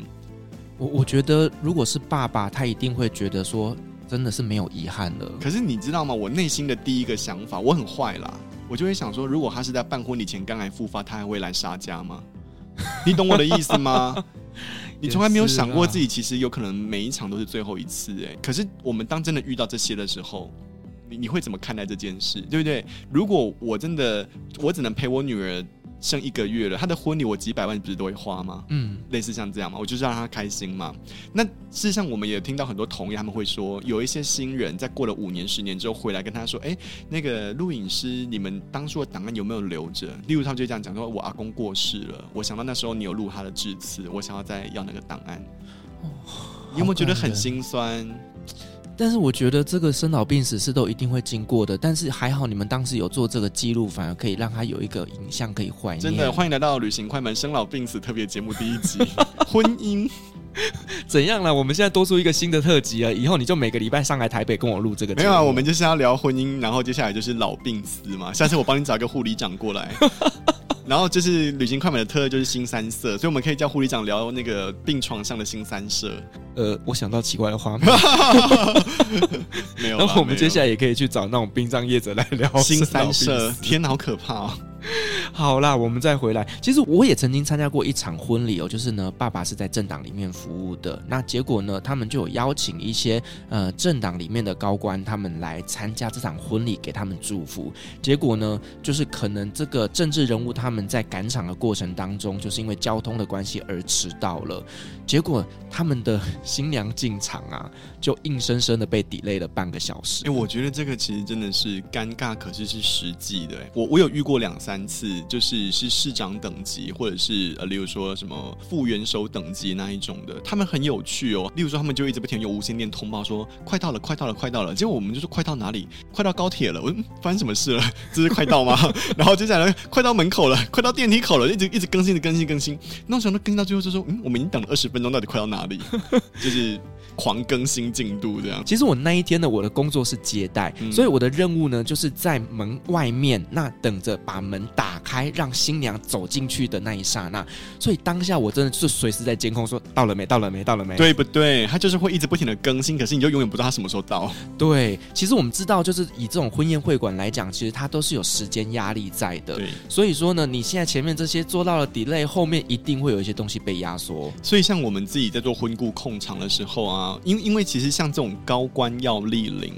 我我觉得如果是爸爸，他一定会觉得说真的是没有遗憾了。
可是你知道吗？我内心的第一个想法，我很坏啦，我就会想说，如果他是在办婚礼前肝癌复发，他还会来杀家吗？ *laughs* 你懂我的意思吗？你从来没有想过自己其实有可能每一场都是最后一次哎、可是我们当真的遇到这些的时候，你你会怎么看待这件事，对不对？如果我真的我只能陪我女儿剩一个月了，她的婚礼我几百万不是都会花吗？
嗯，
类似像这样嘛，我就是让他开心嘛。那事实上，我们也听到很多同业他们会说，有一些新人在过了五年、十年之后回来跟他说：“哎、那个录影师，你们当初的档案有没有留着？”例如，他们就这样讲说：“我阿公过世了，我想到那时候你有录他的致辞，我想要再要那个档案。”你有没有觉得很心酸？
但是我觉得这个生老病死是都一定会经过的，但是还好你们当时有做这个记录，反而可以让他有一个影像可以怀念。
真的，欢迎来到《旅行快门：生老病死特别节目》第一集， *laughs* 婚姻。
怎样了？我们现在多出一个新的特辑啊了，以后你就每个礼拜上来台北跟我录这个节
没
目。
有啊，我们就是要聊婚姻，然后接下来就是老病死嘛。下次我帮你找一个护理长过来，
*laughs*
然后就是旅行快门的特色就是新三色，所以我们可以叫护理长聊那个病床上的新三色。
呃，我想到奇怪的画面，
没有啦，
然后我们接下
来
来也可以去找那种殡葬业者来聊
新
哦生老
三
病
色，
死
天哪，好可怕哦！
*laughs* 好啦，我们再回来。其实我也曾经参加过一场婚礼哦，就是呢，爸爸是在政党里面服务的。那结果呢，他们就有邀请一些呃政党里面的高官，他们来参加这场婚礼，给他们祝福。结果呢，就是可能这个政治人物他们在赶场的过程当中，就是因为交通的关系而迟到了。结果他们的新娘进场啊，就硬生生的被 delay 了半个小时
哎、。我觉得这个其实真的是尴尬，可是是实际的欸。我我有遇过两三次，就是是市长等级，或者是呃，例如说什么副元首等级那一种的，他们很有趣哦。例如说，他们就一直不停有无线电通报说快到了，快到了，快到了。结果我们就说快到哪里？快到高铁了。我说嗯发生什么事了？这是快到吗？ *laughs* 然后接下来快到门口了，快到电梯口了，一直一直更新，一直更新，更新。那我想到更新到最后就说，嗯，我们已经等了二十分钟，到底快到哪里？ *laughs* 就是狂更新进度这样。
其实我那一天呢，我的工作是接待，
嗯
所以我的任务呢，就是在门外面那等着把门打开，让新娘走进去的那一刹那。所以当下我真的是随时在监控说到了没，到了没，到了没。
对不对？它就是会一直不停的更新，可是你就永远不知道它什么时候到。
对，其实我们知道，就是以这种婚宴会馆来讲，其实它都是有时间压力在的。
对，
所以说呢，你现在前面这些做到了 delay，后面一定会有一些东西被压缩。
所以像我们自己在做婚顾控场的时候啊，因因为其实像这种高官要莅临，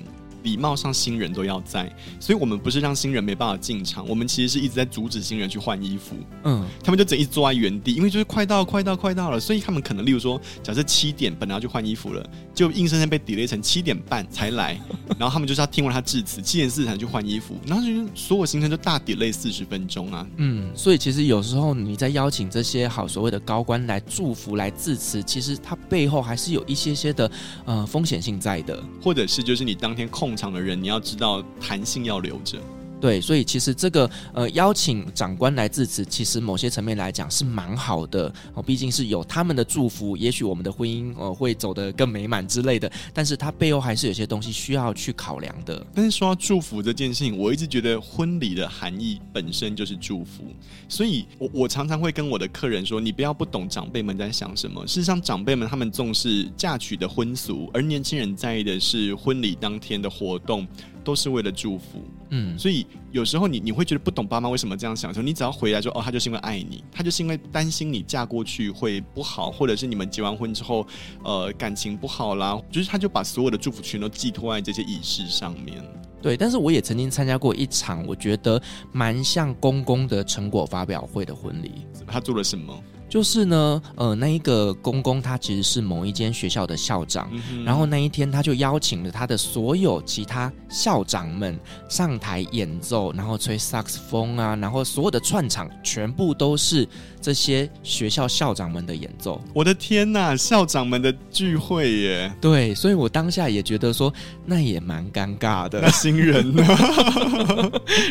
礼貌上新人都要在，所以我们不是让新人没办法进场，我们其实是一直在阻止新人去换衣服，
嗯，
他们就整一直坐在原地，因为就是快到快到快到了，所以他们可能例如说，假设七点本来要去换衣服了，就硬生生被 delay 成七点半才来，然后他们就是要听完他致辞，七点四十才去换衣服，然后就是所有行程就大 delay 四十分钟啊，
嗯，所以其实有时候你在邀请这些好所谓的高官来祝福、来致辞，其实它背后还是有一些些的呃风险性在的。
或者是就是你当天控场的人，你要知道弹性要留着。
对，所以其实这个呃邀请长官来致辞，其实某些层面来讲是蛮好的哦，毕竟是有他们的祝福，也许我们的婚姻呃会走得更美满之类的。但是它背后还是有些东西需要去考量的。
但是说到祝福这件事情，我一直觉得婚礼的含义本身就是祝福，所以我我常常会跟我的客人说，你不要不懂长辈们在想什么。事实上，长辈们他们重视嫁娶的婚俗，而年轻人在意的是婚礼当天的活动，都是为了祝福。
嗯，
所以有时候你你会觉得不懂爸妈为什么这样想，说你只要回来说哦，他就是因为爱你，他就是因为担心你嫁过去会不好，或者是你们结完婚之后，呃，感情不好啦，就是他就把所有的祝福全都寄托在这些仪式上面。
对。但是我也曾经参加过一场我觉得蛮像公公的成果发表会的婚礼。
他做了什么？
就是呢，呃，那一个公公他其实是某一间学校的校长，
嗯哼
然后那一天他就邀请了他的所有其他校长们上台演奏，然后吹萨克斯风啊，然后所有的串场全部都是这些学校校长们的演奏。
我的天呐，校长们的聚会
*laughs*
耶，
对，所以我当下也觉得说，那也蛮尴尬的 *laughs*
那。新人呢？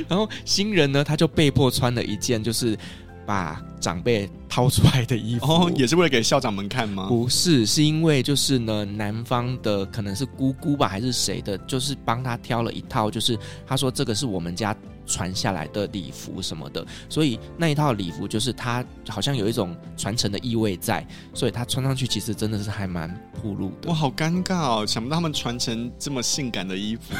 然后新人呢，他就被迫穿了一件就是把长辈掏出来的衣服，
哦，也是为了给校长们看吗？
不是，是因为就是呢，男方的可能是姑姑吧，还是谁的，就是帮他挑了一套，就是他说这个是我们家传下来的礼服什么的，所以那一套礼服就是他好像有一种传承的意味在，所以他穿上去其实真的是还蛮暴露
我
的。
好尴尬哦，想不到他们穿成这么性感的衣服。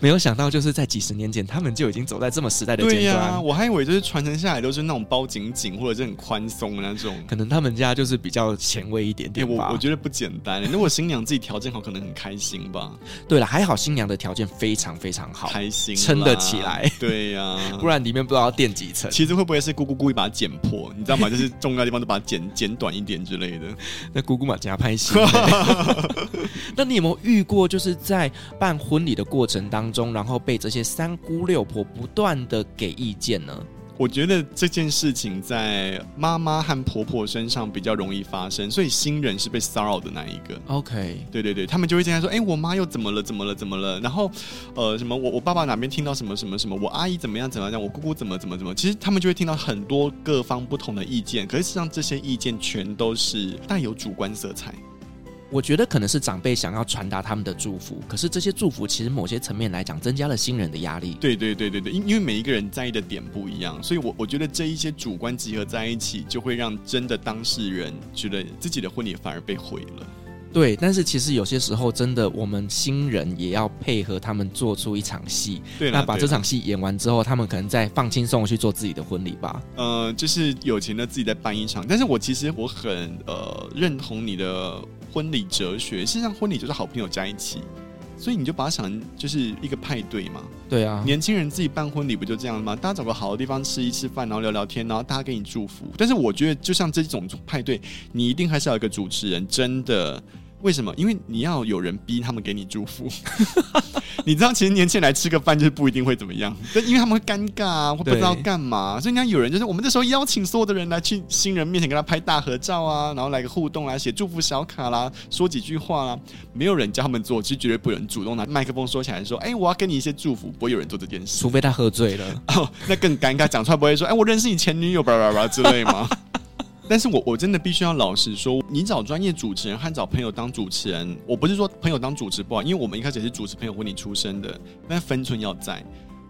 没有想到就是在几十年前，他们就已经走在这么时代的
对
尖
呀、
端。
我还以为就是传承下来都是那种包紧紧或者是很宽松的那种。
可能他们家就是比较前卫一点
哎、
点吧。
我我觉得不简单。欸那我新娘自己条件好，可能很开心吧？
对了，还好新娘的条件非常非常好，
开心啦，
撑得起来。
对呀、
*laughs* 不然里面不知道要垫几层。
其实会不会是姑姑故意把它剪破？你知道
*laughs*
吗？就是重要的地方都把它剪剪短一点之类的。
那姑姑嘛加拍戏。 *laughs* 那你有没有遇过，就是在办婚礼的过程当中，然后被这些三姑六婆不断的给意见呢？
我觉得这件事情在妈妈和婆婆身上比较容易发生，所以新人是被骚扰的那一个。
OK，
对对对，他们就会这样说：“哎、我妈又怎么了？怎么了？怎么了？”然后，呃，什么我我爸爸哪边听到什么什么什么，我阿姨怎么样怎么样，我姑姑怎么怎么怎么。其实他们就会听到很多各方不同的意见，可是事实上这些意见全都是带有主观色彩。
我觉得可能是长辈想要传达他们的祝福，可是这些祝福其实某些层面来讲，增加了新人的压力。
对对对对对，因因为每一个人在意的点不一样，所以我我觉得这一些主观集合在一起，就会让真的当事人觉得自己的婚礼反而被毁了。
对，但是其实有些时候，真的我们新人也要配合他们做出一场戏。
对啦，
那把
对
这
啦
场戏演完之后，他们可能再放轻松地去做自己的婚礼吧。
呃，就是有钱的自己在办一场，但是我其实我很呃认同你的婚礼哲学。事实上，婚礼就是好朋友在一起，所以你就把它想成就是一个派对嘛。
对啊，
年轻人自己办婚礼不就这样吗？大家找个好的地方吃一吃饭，然后聊聊天，然后大家给你祝福。但是我觉得，就像这种派对，你一定还是要有一个主持人，真的。为什么？因为你要有人逼他们给你
*laughs*
祝福。你知道，其实年轻人来吃个饭就是不一定会怎么样，但因为他们会尴尬啊，会不知道
对
干嘛，所以你要有人就是我们这时候邀请所有的人来去新人面前跟他拍大合照啊，然后来个互动啦，写祝福小卡啦，说几句话啦，没有人教他们做，是绝对不能主动拿麦克风说起来说，哎、我要给你一些祝福，不会有人做这件事。
除非他喝醉了。
哦，那更尴尬，讲出来不会说，哎、我认识你前女友，叭叭叭之类吗？ *laughs* 但是我我真的必须要老实说，你找专业主持人和找朋友当主持人，我不是说朋友当主持不好，因为我们一开始也是主持朋友婚礼出身的，但分寸要在。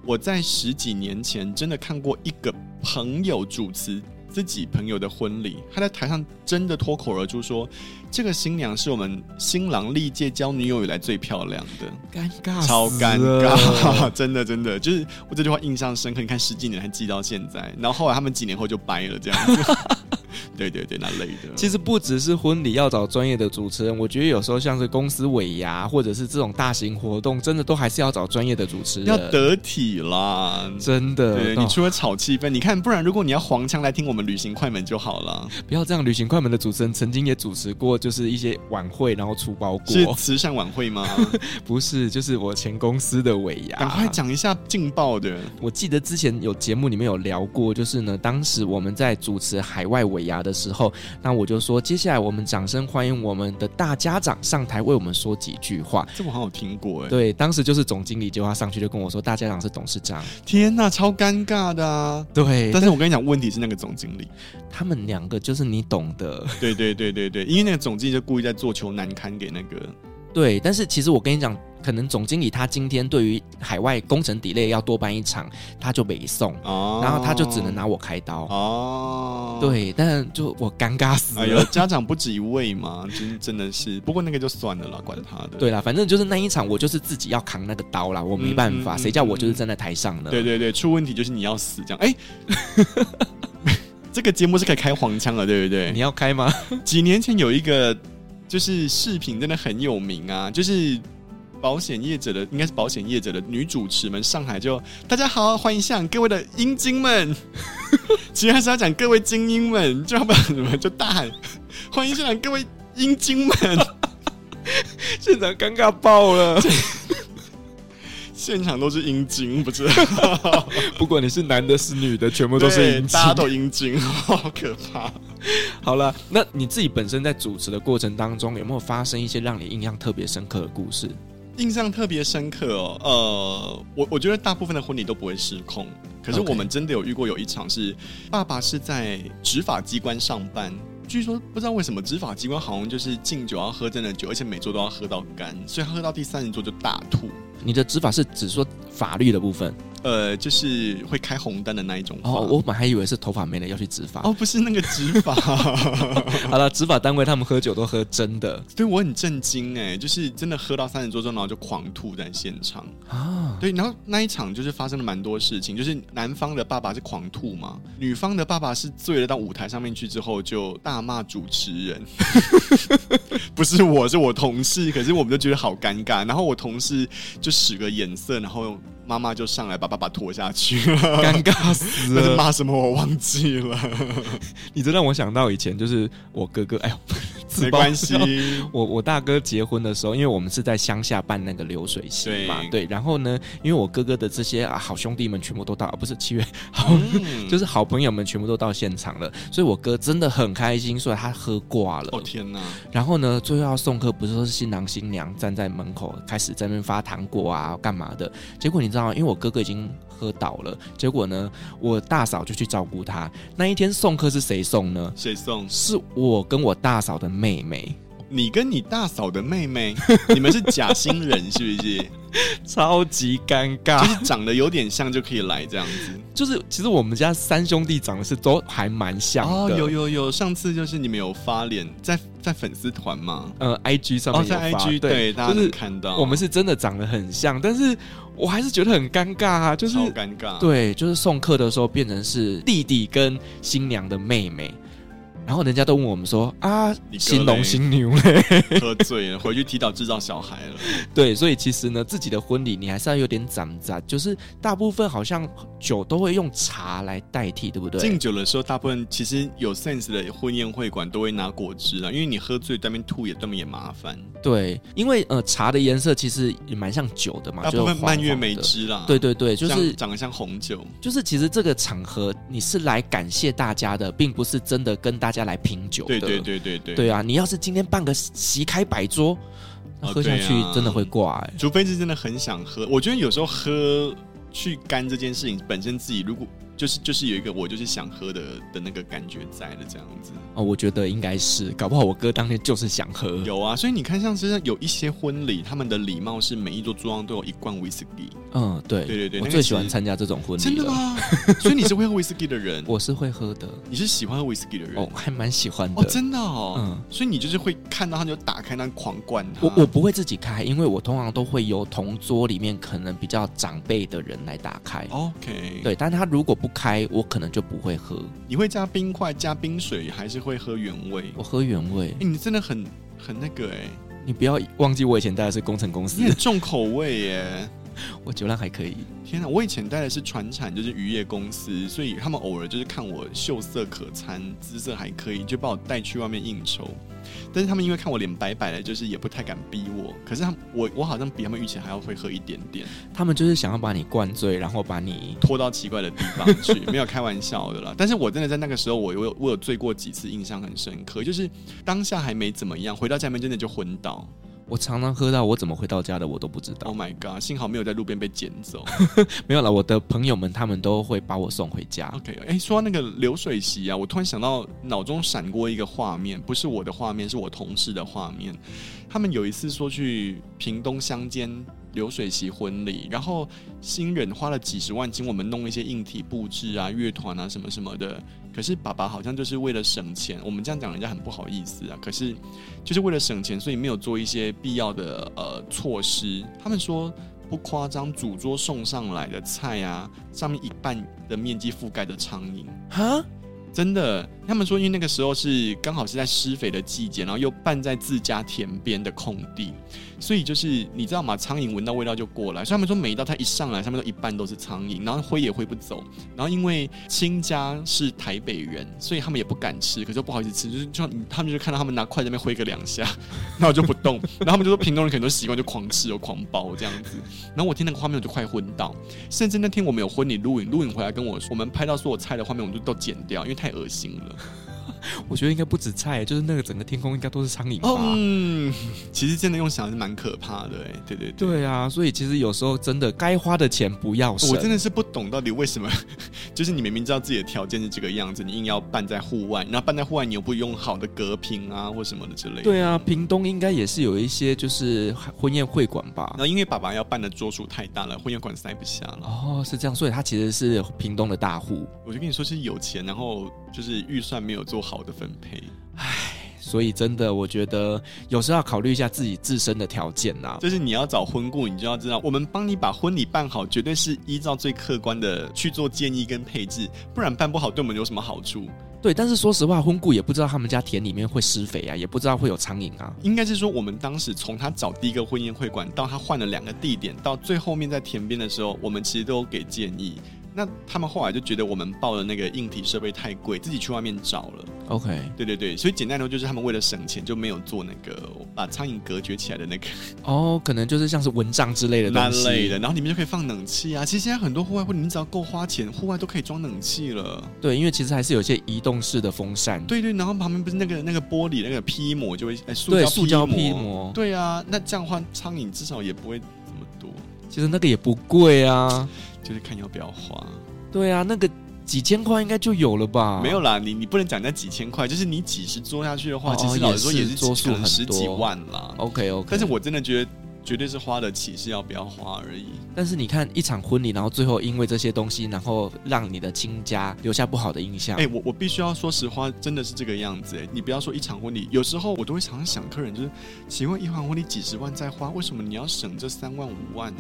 我在十几年前真的看过一个朋友主持自己朋友的婚礼，他在台上真的脱口而出说，这个新娘是我们新郎历届交女友以来最漂亮的。
尴尬死了，
超尴尬， *laughs* 真的真的，就是
*laughs*
我这句话印象深刻。你看十几年还记到现在，然后后来他们几年后就掰了这样子。对对对，那类的。
其实不只是婚礼要找专业的主持人，我觉得有时候像是公司尾牙或者是这种大型活动，真的都还是要找专业的主持人。
要得体啦。
真的，
对，
哦
你除了炒气氛，你看，不然如果你要黄腔来听我们旅行快门就好了，
不要这样。旅行快门的主持人曾经也主持过，就是一些晚会，然后出包 *laughs*
是
过。
慈善晚
*laughs*
会吗？
不是，就是我前公司的尾牙。
赶快！讲一下劲爆的，
我记得之前有节目里面有聊过，就是呢，当时我们在主持海外尾牙的时候，那我就说，接下来我们掌声欢迎我们的大家长上台为我们说几句话。
这我好像有听过哎、
对，当时就是总经理就他上去就跟我说，大家长是董事长。
天呐，超尴尬的啊！
对，
但是我跟你讲，问题是那个总经理，
他们两个就是你懂的。
对对对对对，因为那个总经理就故意在做球难堪给那个，
对，但是其实我跟你讲，可能总经理他今天对于海外工程 delay 要多办一场，他就没送，
哦，
然后他就只能拿我开刀。
哦，，
对，但就我尴尬死
哎 *laughs*
了。
呦，家长不止一位嘛， *laughs* 真真的是，不过那个就算了啦，管他的，
对啦，反正就是那一场，我就是自己要扛那个刀啦，我没办法，
嗯嗯嗯
谁叫我就是站在台上呢？
对对对，出问题就是你要死这样，
*laughs*
哎、这个节目是可以开黄腔了，对不对
你？要开吗？
几年前有一个就是视频真的很有名啊，就是保险业者的，应该是保险业者的女主持们上海就大家好，欢迎向各位的英
*laughs*
精们，其实还是要讲各位精英们，就要不然怎么就大喊欢迎现场各位英精们，
现场尴尬爆了。
现场都是英精，
*laughs*
不知道。
*laughs* 不管你是男的是女的，全部
对
阴茎
大家都阴茎， *laughs* 好可怕！
好了，那你自己本身在主持的过程当中，有没有发生一些让你印象特别深刻的故事？
印象特别深刻哦。呃，我我觉得大部分的婚礼都不会失控，可是
OK
我们真的有遇过有一场是爸爸是在执法机关上班。据说不知道为什么执法机关好像就是敬酒要喝真的酒，而且每桌都要喝到干，所以他喝到第三十桌就大吐，
你的执法是只说法律的部分
呃，就是会开红灯的那一种罚。
哦，我本来还以为是头发没了要去执法。
哦不是那个执
*laughs*
法，
好了，执法单位他们喝酒都喝真的
对我很震惊哎，就是真的喝到三十桌之后，然后就狂吐在现场。
啊，
对，然后那一场就是发生了蛮多事情，就是男方的爸爸是狂吐嘛，女方的爸爸是醉了到舞台上面去之后就大骂主持人， *laughs* 不是我是我同事，可是我们就觉得好尴尬，然后我同事就使个眼色，然后妈妈就上来把爸爸拖下去了。 *laughs*
尴尬死
但是
了！
骂什么我忘记了，
你这让我想到以前就是我哥哥，哎呦， *laughs* 自
没
爆 *laughs*
关系
笑。我我大哥结婚的时候，因为我们是在乡下办那个流水席嘛，对
对
然后呢，因为我哥哥的这些啊好兄弟们全部都到，不是七月，好、
嗯
就是好朋友们全部都到现场了，所以我哥真的很开心，所以他喝挂了。
哦天哪，
然后呢，最后要送客，不是说是新郎新娘站在门口开始在那边发糖果啊，干嘛的？结果你知道吗？因为我哥哥已经喝倒了，结果呢，我大嫂就去照顾他。那一天送客是谁送呢？
谁送？
是我跟我大嫂的妹妹，
你跟你大嫂的妹妹，你们是假新人是
*laughs*
不是？
超级尴
就
尬。
是长得有点像就可以来这样子。
就是其实我们家三兄弟长得是都还蛮像的，
哦，有有有，上次就是你们有发脸在在粉丝团吗？
呃，IG 上
哦，
面有
在
发
IG
对，
大家
就
能
是
看到，
我们是真的长得很像，但是我还是觉得很尴尬啊，就是
超尴尬，，
对，就是送客的时候变成是弟弟跟新娘的妹妹，然后人家都问我们说啊，
你哥
新龙
嘞
新牛嘞， *laughs*
喝醉了， *laughs* 回去提早制造小孩了。
对，所以其实呢，自己的婚礼你还是要有点攒攒，就是大部分好像酒都会用茶来代替，对不对
敬？酒的时候，大部分其实有 sense 的婚宴会馆都会拿果汁啊，因为你喝醉在那边吐也那么也麻烦，
对，因为呃，茶的颜色其实也蛮像酒的嘛，
大
就
部分
黄
蔓越
黄
莓
的。
汁啦，
对，对对，就是
长得像红酒，
就是，其实这个场合你是来感谢大家的，并不是真的跟大家来拼酒的。
对对对对对。
对啊，你要是今天办个席开百桌，那
哦
喝下
对啊
去真的会挂哎、
除非是真的很想喝，我觉得有时候喝去干这件事情本身自己如果就是就是有一个我就是想喝的的那个感觉在的这样子。
哦，我觉得应该是，搞不好我哥当天就是想喝。
有啊，所以你看，像是有一些婚礼，他们的礼貌是每一桌桌上都有一罐威士忌，
嗯，对，
对对对
我
那个
最
是
喜欢参加这种婚
真
礼
的
了。
吗？ *laughs* 所以你是会喝威士忌的
*laughs*
人，
我是会喝的，
你是喜欢喝威士忌的人
哦，还蛮喜欢的。
哦真的哦，
嗯
所以你就是会看到他就打开那狂灌它，
我我不会自己开，因为我通常都会由同桌里面可能比较长辈的人来打开。
OK，
对，但他如果不开，我可能就不会喝，
你会加冰块、加冰水，还是会喝原味？
我喝原味
哎、。你真的很很那个哎、
你不要忘记，我以前待的是工程公司
你，很重口味耶！
*laughs* 我酒量还可以。
天哪，我以前待的是船产，就是渔业公司，所以他们偶尔就是看我秀色可餐，姿色还可以，就把我带去外面应酬。但是他们因为看我脸白白的，就是也不太敢逼我。可是他们我我好像比他们预期还要会喝一点点，
他们就是想要把你灌醉，然后把你
拖到奇怪的地方去， *laughs* 没有开玩笑的啦。但是我真的在那个时候，我我有我有醉过几次，印象很深刻，就是当下还没怎么样，回到家里面真的就昏倒。
我常常喝到我怎么回到家的，我都不知道
Oh。my god！幸好没有在路边被捡走。
没有了，我的朋友们他们都会把我送回家。
OK，哎、说到那个流水席啊，我突然想到脑中闪过一个画面，不是我的画面，是我同事的画面。他们有一次说去屏东乡间流水席婚礼，然后新人花了几十万请我们弄一些硬体布置啊、乐团啊什么什么的。可是爸爸好像就是为了省钱，我们这样讲人家很不好意思啊。可是就是为了省钱，所以没有做一些必要的呃措施。他们说不夸张，主桌送上来的菜啊，上面一半的面积覆盖着苍蝇。
哈，
真的，他们说，因为那个时候是刚好是在施肥的季节，然后又拌在自家田边的空地，所以就是你知道吗？苍蝇闻到味道就过来，所以他们说每一道菜一上来，上面都一半都是苍蝇，然后挥也挥不走。然后因为亲家是台北人，所以他们也不敢吃，可是又不好意思吃，就是就他们就看到他们拿筷子在那边挥个两下， *laughs* 然后我就不动，然后他们就说屏东人可能都习惯就狂吃又狂包这样子。然后我听那个画面我就快昏倒，甚至那天我们有婚礼录影，录影回来跟我说，我们拍到所有菜的画面，我们就都剪掉，因为太恶心了。
我觉得应该不止菜，就是那个整个天空应该都是苍蝇吧。
嗯，其实真的用想是蛮可怕的、哎，对对对。
对啊，所以其实有时候真的该花的钱不要省。
我真的是不懂到底为什么， *laughs* 就是你明明知道自己的条件是这个样子，你硬要办在户外，那办在户外你又不用好的隔屏啊或什么的之类的。
对啊，屏东应该也是有一些就是婚宴会馆吧
然？后因为爸爸要办的桌数太大了，婚宴馆塞不下了。
哦，是这样，所以它其实是屏东的大户，
我就跟你说是有钱，然后就是预算没有做好的分配。
所以真的我觉得有时候要考虑一下自己自身的条件啊呐、
就是你要找婚顾，你就要知道，我们帮你把婚礼办好，绝对是依照最客观的去做建议跟配置，不然办不好对我们有什么好处？
对，但是说实话，婚顾也不知道他们家田里面会施肥啊，也不知道会有苍蝇啊。
应该是说，我们当时从他找第一个婚宴会馆，到他换了两个地点，到最后面在田边的时候，我们其实都有给建议。那他们后来就觉得我们报的那个硬体设备太贵，自己去外面找了。
OK，
对对对，所以简单来说就是他们为了省钱就没有做那个把苍蝇隔绝起来的那个
哦，可能就是像是蚊帐之类的
那
东西。
类的，然后里面就可以放冷气啊。其实现在很多户外婚礼，你只要够花钱，户外都可以装冷气了。
对，因为其实还是有一些移动式的风扇，
对对，然后旁边不是那个那个玻璃那个披膜就会，哎，塑
对，
胶
塑胶
披
披
膜。
膜，
对啊，那这样的话苍蝇至少也不会这么多，
其实那个也不贵啊。
就是看要不要花。
对啊，那个几千块应该就有了吧？
没有啦，你你不能讲人家几千块，就是你几十桌下去的话，
哦
其实老实说
也
也
是
是
桌数
可能
很
十几
多
万啦。
，OK OK。
但是我真的觉得绝对是花得起，是要不要花而已。
但是你看一场婚礼，然后最后因为这些东西，然后让你的亲家留下不好的印象。
哎、我我必须要说实话，真的是这个样子、哎，你不要说一场婚礼，有时候我都会常常想客人，就是，请问一场婚礼几十万在花，为什么你要省这三万五万？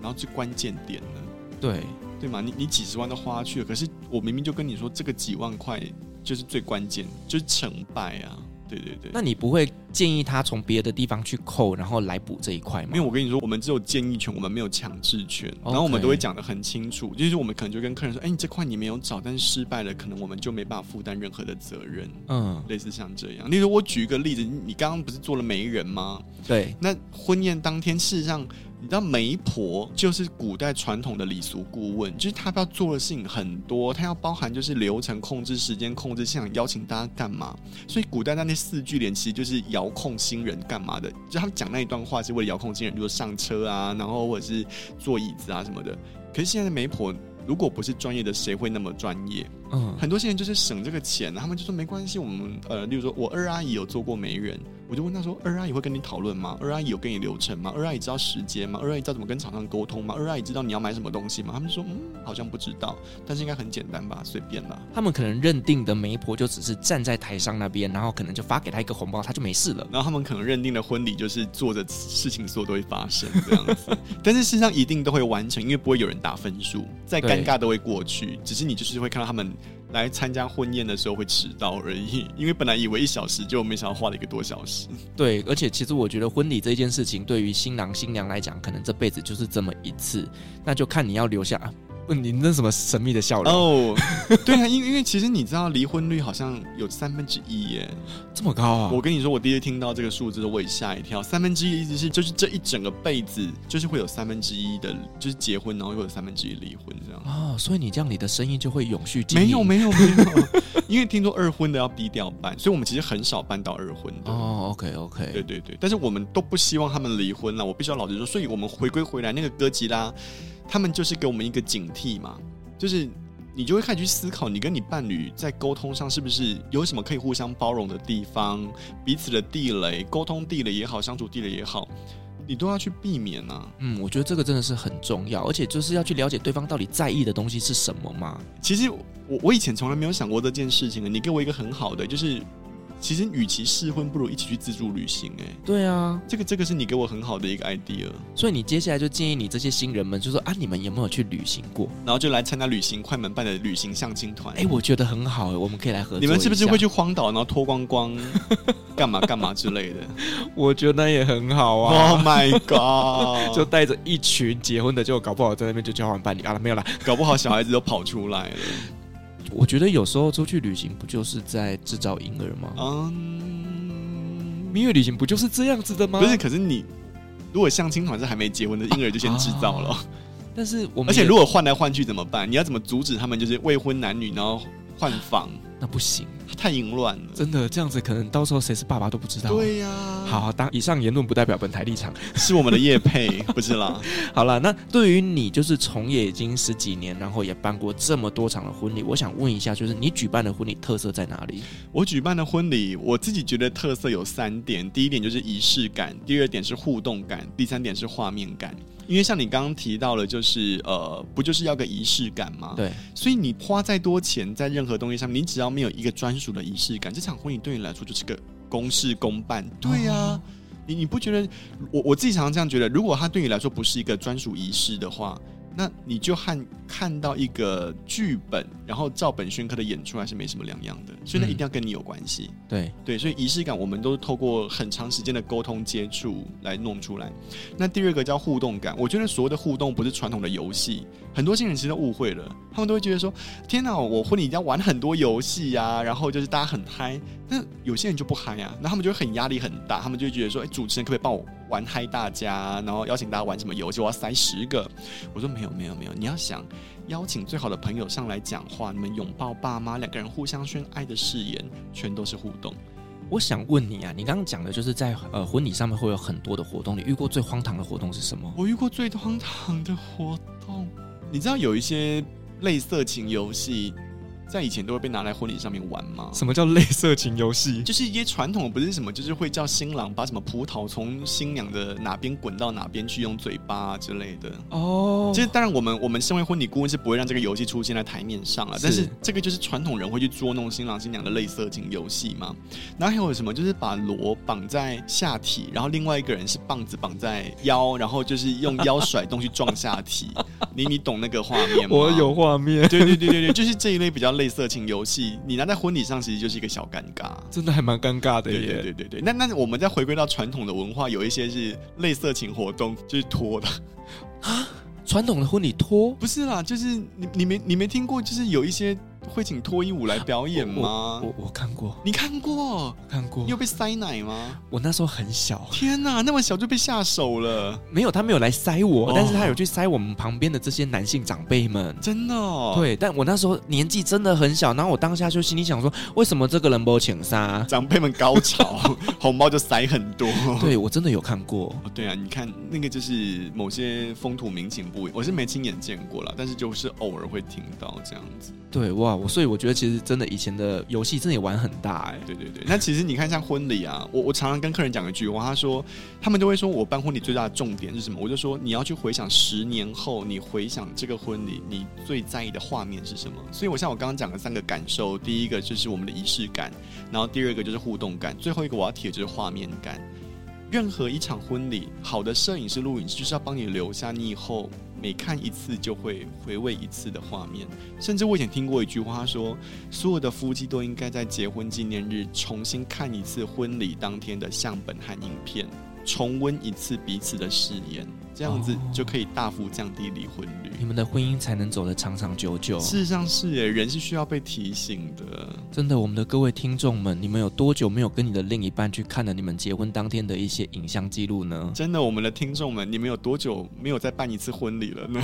然后最关键点呢，
对，
对吗？你你几十万都花去了，可是我明明就跟你说，这个几万块就是最关键，就是成败啊。对对对，
那你不会建议他从别的地方去扣，然后来补这一块吗？
因为我跟你说，我们只有建议权，我们没有强制权。
OK
然后我们都会讲得很清楚，就是我们可能就跟客人说，哎、你这块你没有找，但是失败了，可能我们就没办法负担任何的责任。
嗯，
类似像这样，例如我举一个例子，你你刚刚不是做了媒人吗？
对，
那婚宴当天，事实上，你知道媒婆就是古代传统的礼俗顾问，就是她要做的事情很多，她要包含就是流程控制、时间控制、现场邀请大家干嘛。所以古代那那四句联其实就是遥控新人干嘛的，就他们讲那一段话是为了遥控新人，比如说上车啊，然后或者是坐椅子啊什么的。可是现在的媒婆如果不是专业的，谁会那么专业？
嗯，
很多新人就是省这个钱，他们就说没关系，我们呃，例如说我二阿姨有做过媒人，我就问她说，二阿姨会跟你讨论吗？二阿姨有跟你流程吗？二阿姨知道时间吗？二阿姨知道怎么跟厂商沟通吗？二阿姨知道你要买什么东西吗？他们就说嗯，好像不知道，但是应该很简单吧，随便啦。
他们可能认定的媒婆就只是站在台上那边，然后可能就发给他一个红包，他就没事了。
然后他们可能认定的婚礼就是做着事情所有都会发生这
*laughs*
样子，但是事实上一定都会完成，因为不会有人打分数，再
对
尴尬都会过去。只是你就是会看到他们来参加婚宴的时候会迟到而已， *laughs* 因为本来以为一小时，就没想到花了一个多小时。
对，而且其实我觉得婚礼这件事情，对于新郎新娘来讲，可能这辈子就是这么一次，那就看你要留下。啊不，你那什么神秘的笑容、 *laughs*
哦，对啊，因为因为其实你知道离婚率好像有三分之一耶。
这么高啊？
我跟你说，我第一次听到这个数字的时候，我也吓一跳。三分之一的意思是，就是这一整个辈子，就是会有三分之一的，就是结婚，然后会有三分之一离婚这样。
哦，所以你这样，你的生意就会永续经营。
没有没有没有，因为听说二婚的要低调办，所以我们其实很少办到二婚的。
哦，OK
对
OK，
对对，但是我们都不希望他们离婚了。我必须要老实说，所以我们回归回来，那个哥吉拉，他们就是给我们一个警惕嘛，就是你就会开始去思考，你跟你伴侣在沟通上是不是有什么可以互相包容的地方，彼此的地雷，沟通地雷也好，相处地雷也好，你都要去避免啊。
嗯，我觉得这个真的是很重要，而且就是要去了解对方到底在意的东西是什么嘛。
其实我我以前从来没有想过这件事情的。你给我一个很好的，就是其实与其试婚，不如一起去自助旅行、哎，
对啊，
这个这个是你给我很好的一个 idea，
所以你接下来就建议你这些新人们，就说啊，你们有没有去旅行过？
然后就来参加旅行快门办的旅行相亲团。
哎，我觉得很好，我们可以来合作。
你们是不是会？去荒岛，然后脱光光，干嘛干嘛之类的
我觉得也很好啊。
？Oh my god！
*laughs* 就
就
带着一群结婚的，就搞不好在那边就交换伴侣啊，没有啦。
搞不好小孩子都跑出来了。
我觉得有时候出去旅行不就是在制造婴儿吗？哦
嗯，
蜜月旅行不就是这样子的吗？
不是，，可是你如果相亲团是还没结婚的婴儿就先制造了。
啊但是我们
而且
也
如果换来换去怎么办？你要怎么阻止他们就是未婚男女然后换房？
那不行，
太淫乱了。
真的这样子可能到时候谁是爸爸都不知道。，
对呀、
好，当以上言论不代表本台立场。
是我们的
*laughs*
叶配，不是啦。
好了，那对于你就是从业已经十几年，然后也办过这么多场的婚礼，我想问一下，就是你举办的婚礼特色在哪里？
我举办的婚礼，我自己觉得特色有三点：第一点就是仪式感，第二点是互动感，第三点是画面感。因为像你刚刚提到了，就是呃，不就是要个仪式感吗？。
对，
所以你花再多钱在任何东西上面，你只要没有一个专属的仪式感，这场婚礼对你来说就是个公事公办。对呀、
哦
你你不觉得？我我自己常常这样觉得，如果它对你来说不是一个专属仪式的话，那你就和看到一个剧本，然后照本宣科的演出还是没什么两样的。所以那
嗯
一定要跟你有关系。
对，
对，所以仪式感我们都是透过很长时间的沟通接触来弄出来。那第二个叫互动感，我觉得所谓的互动不是传统的游戏，很多新人其实都误会了，他们都会觉得说：天哪，我婚礼一定要玩很多游戏啊，然后就是大家很嗨。那有些人就不嗨啊，那他们就会很压力很大，他们就会觉得说：哎，主持人可不可以帮我玩嗨大家？然后邀请大家玩什么游戏？我要塞十个。我说没有没有没有，你要想邀请最好的朋友上来讲话，你们拥抱爸妈，两个人互相宣爱的誓言，全都是互动。
我想问你啊，你刚刚讲的就是在呃婚礼上面会有很多的活动，你遇过最荒唐的活动是什么？
我遇过最荒唐的活动，你知道有一些类色情游戏，在以前都会被拿来婚礼上面玩吗？
什么叫类色情游戏？
就是一些传统，不是什么，就是会叫新郎把什么葡萄从新娘的哪边滚到哪边去，用嘴巴、啊、之类的。
哦，
其实当然，我们我们身为婚礼顾问是不会让这个游戏出现在台面上了，
是
但是这个就是传统人会去捉弄新郎新娘的类色情游戏嘛。然后还有什么，就是把锣绑在下体，然后另外一个人是棒子绑在腰，然后就是用腰甩动去撞下
*laughs*
体。你你懂那个画面吗？
我有。画面， *laughs*
对对对对对， *laughs* 就是这一类比较类色情游戏，你拿在婚礼上其实就是一个小尴尬。
真的还蛮尴尬的
对
耶。
对对对对，那那我们再回归到传统的文化，有一些是类色情活动，就是脱的。
传统的婚礼拖
不是啦，就是你你没你没听过，就是有一些会请脱衣舞来表演吗？
我我看过，
你看过？
我看过
你有，被塞奶吗？
我那时候很小，
天哪，那么小就被下手了，
没有他没有来塞我，
哦
但是他有去塞我们旁边的这些男性长辈们。
真的、哦？，
对，但我那时候年纪真的很小，然后我当下就心里想说，为什么这个人不请杀？
长辈们高潮，红包就塞很多。
对我真的有看过，
哦对啊，你看那个就是某些风土民情不一，我是没亲眼见过啦，但是就是偶尔会听到这样子。
对哇，哦，我所以我觉得其实真的以前的游戏真的也玩很大哎、
对对对，那其实你看像婚礼啊，我我常常跟客人讲一句话，他说他们都会说我办婚礼最大的重点是什么？我就说你要去回想十年后，你回想这个婚礼，你最在意的画面是什么？所以我像我刚刚讲的三个感受，第一个就是我们的仪式感，然后第二个就是互动感，最后一个我要提的就是画面感。任何一场婚礼，好的摄影师、录影师就是要帮你留下你以后每看一次就会回味一次的画面。甚至我以前听过一句话，他说所有的夫妻都应该在结婚纪念日重新看一次婚礼当天的相本和影片，重温一次彼此的誓言，这样子就可以大幅降低离婚率。
你们的婚姻才能走得长长久久。
事实上是耶，人是需要被提醒的。
真的，我们的各位听众们，你们有多久没有跟你的另一半去看了你们结婚当天的一些影像记录呢？
真的，我们的听众们，你们有多久没有再办一次婚礼了呢？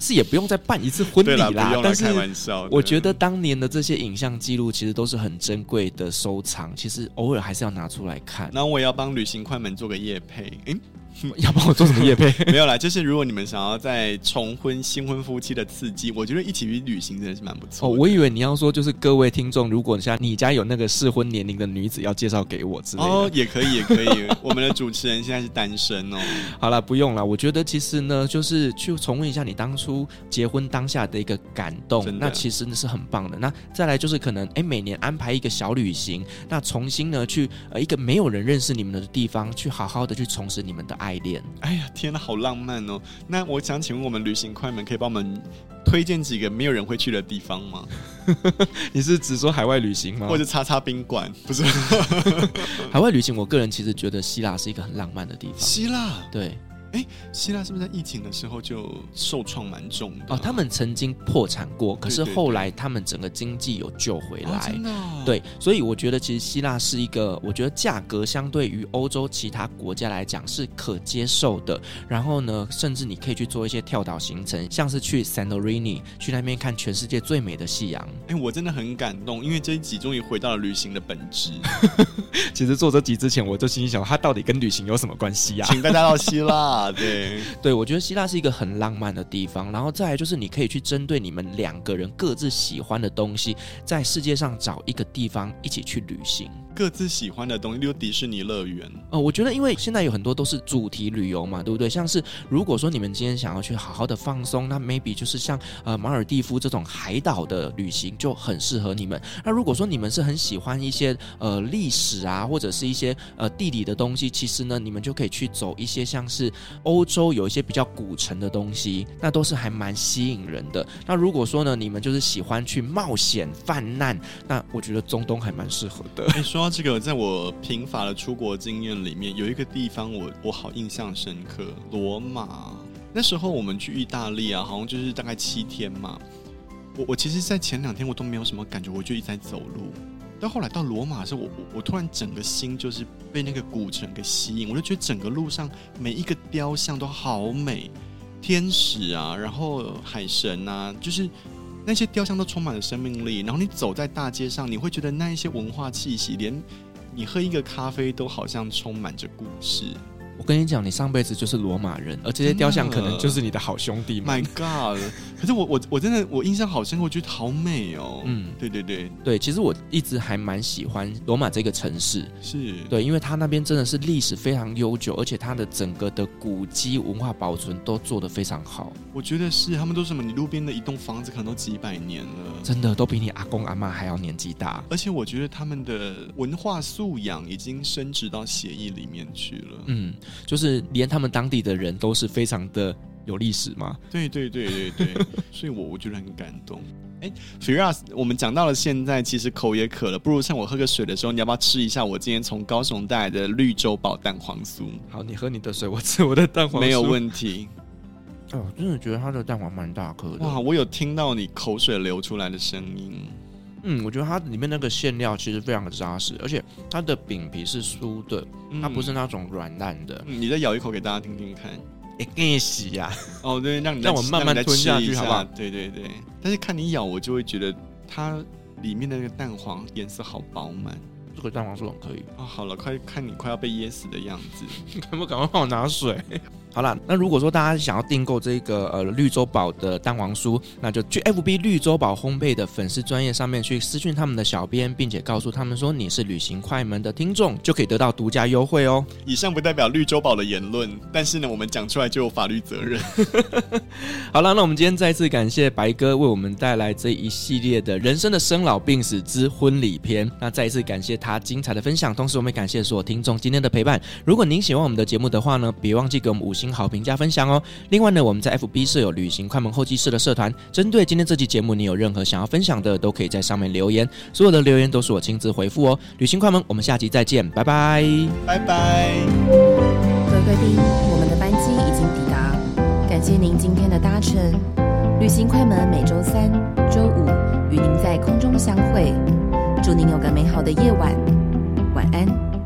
是也不用再办一次婚礼
对啦，不用来
但
开
是
玩笑。
我觉
对
得当年的这些影像记录其实都是很珍贵的收藏，其实偶尔还是要拿出来看。
那我也要帮旅行快门做个夜配，诶，
要帮我做什么夜配？
*laughs* 没有啦，就是如果你们想要在重婚新婚夫妻的刺激，我觉得一起去旅行真的是蛮
*laughs*
不
哦，
错的。
我以为你要说就是各位听众，如果像你家有那个适婚年龄的女子要介绍给我之类的。
哦，也可以，也可
*laughs*
以。我们的主持人现在是单身哦，
好了，不用了。我觉得其实呢，就是去重温一下你当初结婚当下的一个感动
真，的
那其实那是很棒的。那再来就是可能哎，每年安排一个小旅行，那重新呢去呃一个没有人认识你们的地方，去好好的去重拾你们的爱恋。
哎呀，天哪，好浪漫哦！那我想请问，我们旅行快门可以帮我们推荐几个没有人会去的地方吗？
*laughs* 你是只说海外旅行吗
或者叉叉宾馆？不
啊
是，
海外旅行，我个人其实觉得希腊是一个很浪漫的地方。
希腊，
对
希腊是不是在疫情的时候就受创蛮重的啊？
哦，他们曾经破产过，可是
对对
后来他们整个经济有救回来。
哦真的哦
对，所以我觉得其实希腊是一个，我觉得价格相对于欧洲其他国家来讲是可接受的。然后呢，甚至你可以去做一些跳岛行程，像是去 Santorini 去那边看全世界最美的夕阳。
哎、我真的很感动，因为这一集终于回到了旅行的本质。
其实做这集之前，我就心里想，它到底跟旅行有什么关系啊呀、
请大家到希腊，对，
*laughs* 对，我觉得希腊是一个很浪漫的地方。然后再来就是，你可以去针对你们两个人各自喜欢的东西，在世界上找一个地方一起去旅行。
各自喜欢的东西，例如迪士尼乐 *laughs* 园，
呃，我觉得因为现在有很多都是主题旅游嘛，对不对？像是如果说你们今天想要去好好的放松，那 maybe 就是像呃马尔蒂夫这种海岛的旅行就很适合你们。那如果说你们是很喜欢一些呃历史啊，或者是一些呃地理的东西，其实呢，你们就可以去走一些像是欧洲有一些比较古城的东西，那都是还蛮吸引人的。那如果说呢，你们就是喜欢去冒险犯难，那我觉得中东还蛮适合的。
哎、说到这个，在我贫乏的出国经验里面，有一个地方我我好印象深刻，罗马。那时候我们去意大利啊，好像就是大概七天嘛。我我其实，在前两天我都没有什么感觉，我就一直在走路。但后来到罗马的时候，我我我突然整个心就是被那个古城给吸引，我就觉得整个路上每一个雕像都好美，天使啊，然后海神啊，就是那些雕像都充满了生命力，然后你走在大街上，你会觉得那一些文化气息，连你喝一个咖啡都好像充满着故事。
我跟你讲，你上辈子就是罗马人，而这些雕像可能就是你的好兄弟们
My。God！可是我我我真的我印象好深刻，我觉得好美哦。嗯，
嗯，
对对对，
对，其实我一直还蛮喜欢罗马这个城市，
是。
对，因为它那边真的是历史非常悠久，而且它的整个的古迹文化保存都做得非常好，
我觉得是，他们都是什么？你路边的一栋房子可能都几百年了。
真的都比你阿公阿妈还要年纪大。
而且我觉得他们的文化素养已经升值到协议里面去了。
嗯，就是连他们当地的人都是非常的有历史嘛。
对对对对对，所以我我觉得很感动。哎，Firas，我们讲到了现在，其实口也渴了，不如趁我喝个水的时候，你要不要吃一下我今天从高雄带来的绿洲煲蛋黄酥？
好，你喝你的水，我吃我的蛋黄酥。
没有问题。
哦，我真的觉得它的蛋黄蛮大颗的。
哇，我有听到你口水流出来的声音。
嗯，我觉得它里面那个馅料其实非常的扎实，而且它的饼皮是酥的，
嗯
它不是、那种软烂的，
嗯你再咬一口给大家听听看。
也更洗啊呀。
哦，对，让你
让我慢慢吞下
下
去好不好
对对对，但是看你咬，我就会觉得它里面的那个蛋黄颜色好饱满。
*laughs* 这个蛋黄酥很可以， *laughs*
哦，好了，快看你快要被噎死的样子。
还不赶快帮我拿水？好啦，那如果说大家想要订购这个呃绿洲堡的蛋黄酥，那就去 FB 绿洲堡烘焙的粉丝专业上面去私讯他们的小编，并且告诉他们说你是旅行快门的听众，就可以得到独家优惠哦。
以上不代表绿洲堡的言论，但是呢，我们讲出来就有法律责任。
好了，那我们今天再次感谢白哥为我们带来这一系列的人生的生老病死之婚礼篇。那再一次感谢他精彩的分享，同时我们也感谢所有听众今天的陪伴。如果您喜欢我们的节目的话呢，别忘记给我们五星好评加分享哦。另外呢，我们在 FB 设有旅行快门候机室的社团，针对今天这期节目，你有任何想要分享的，都可以在上面留言，所有的留言都是我亲自回复哦。旅行快门，我们下期再见，拜拜。
拜拜。
各位贵宾，我们的班机已经抵达，感谢您今天的搭乘。旅行快门每周三、周五与您在空中相会，祝您有个美好的夜晚，晚安。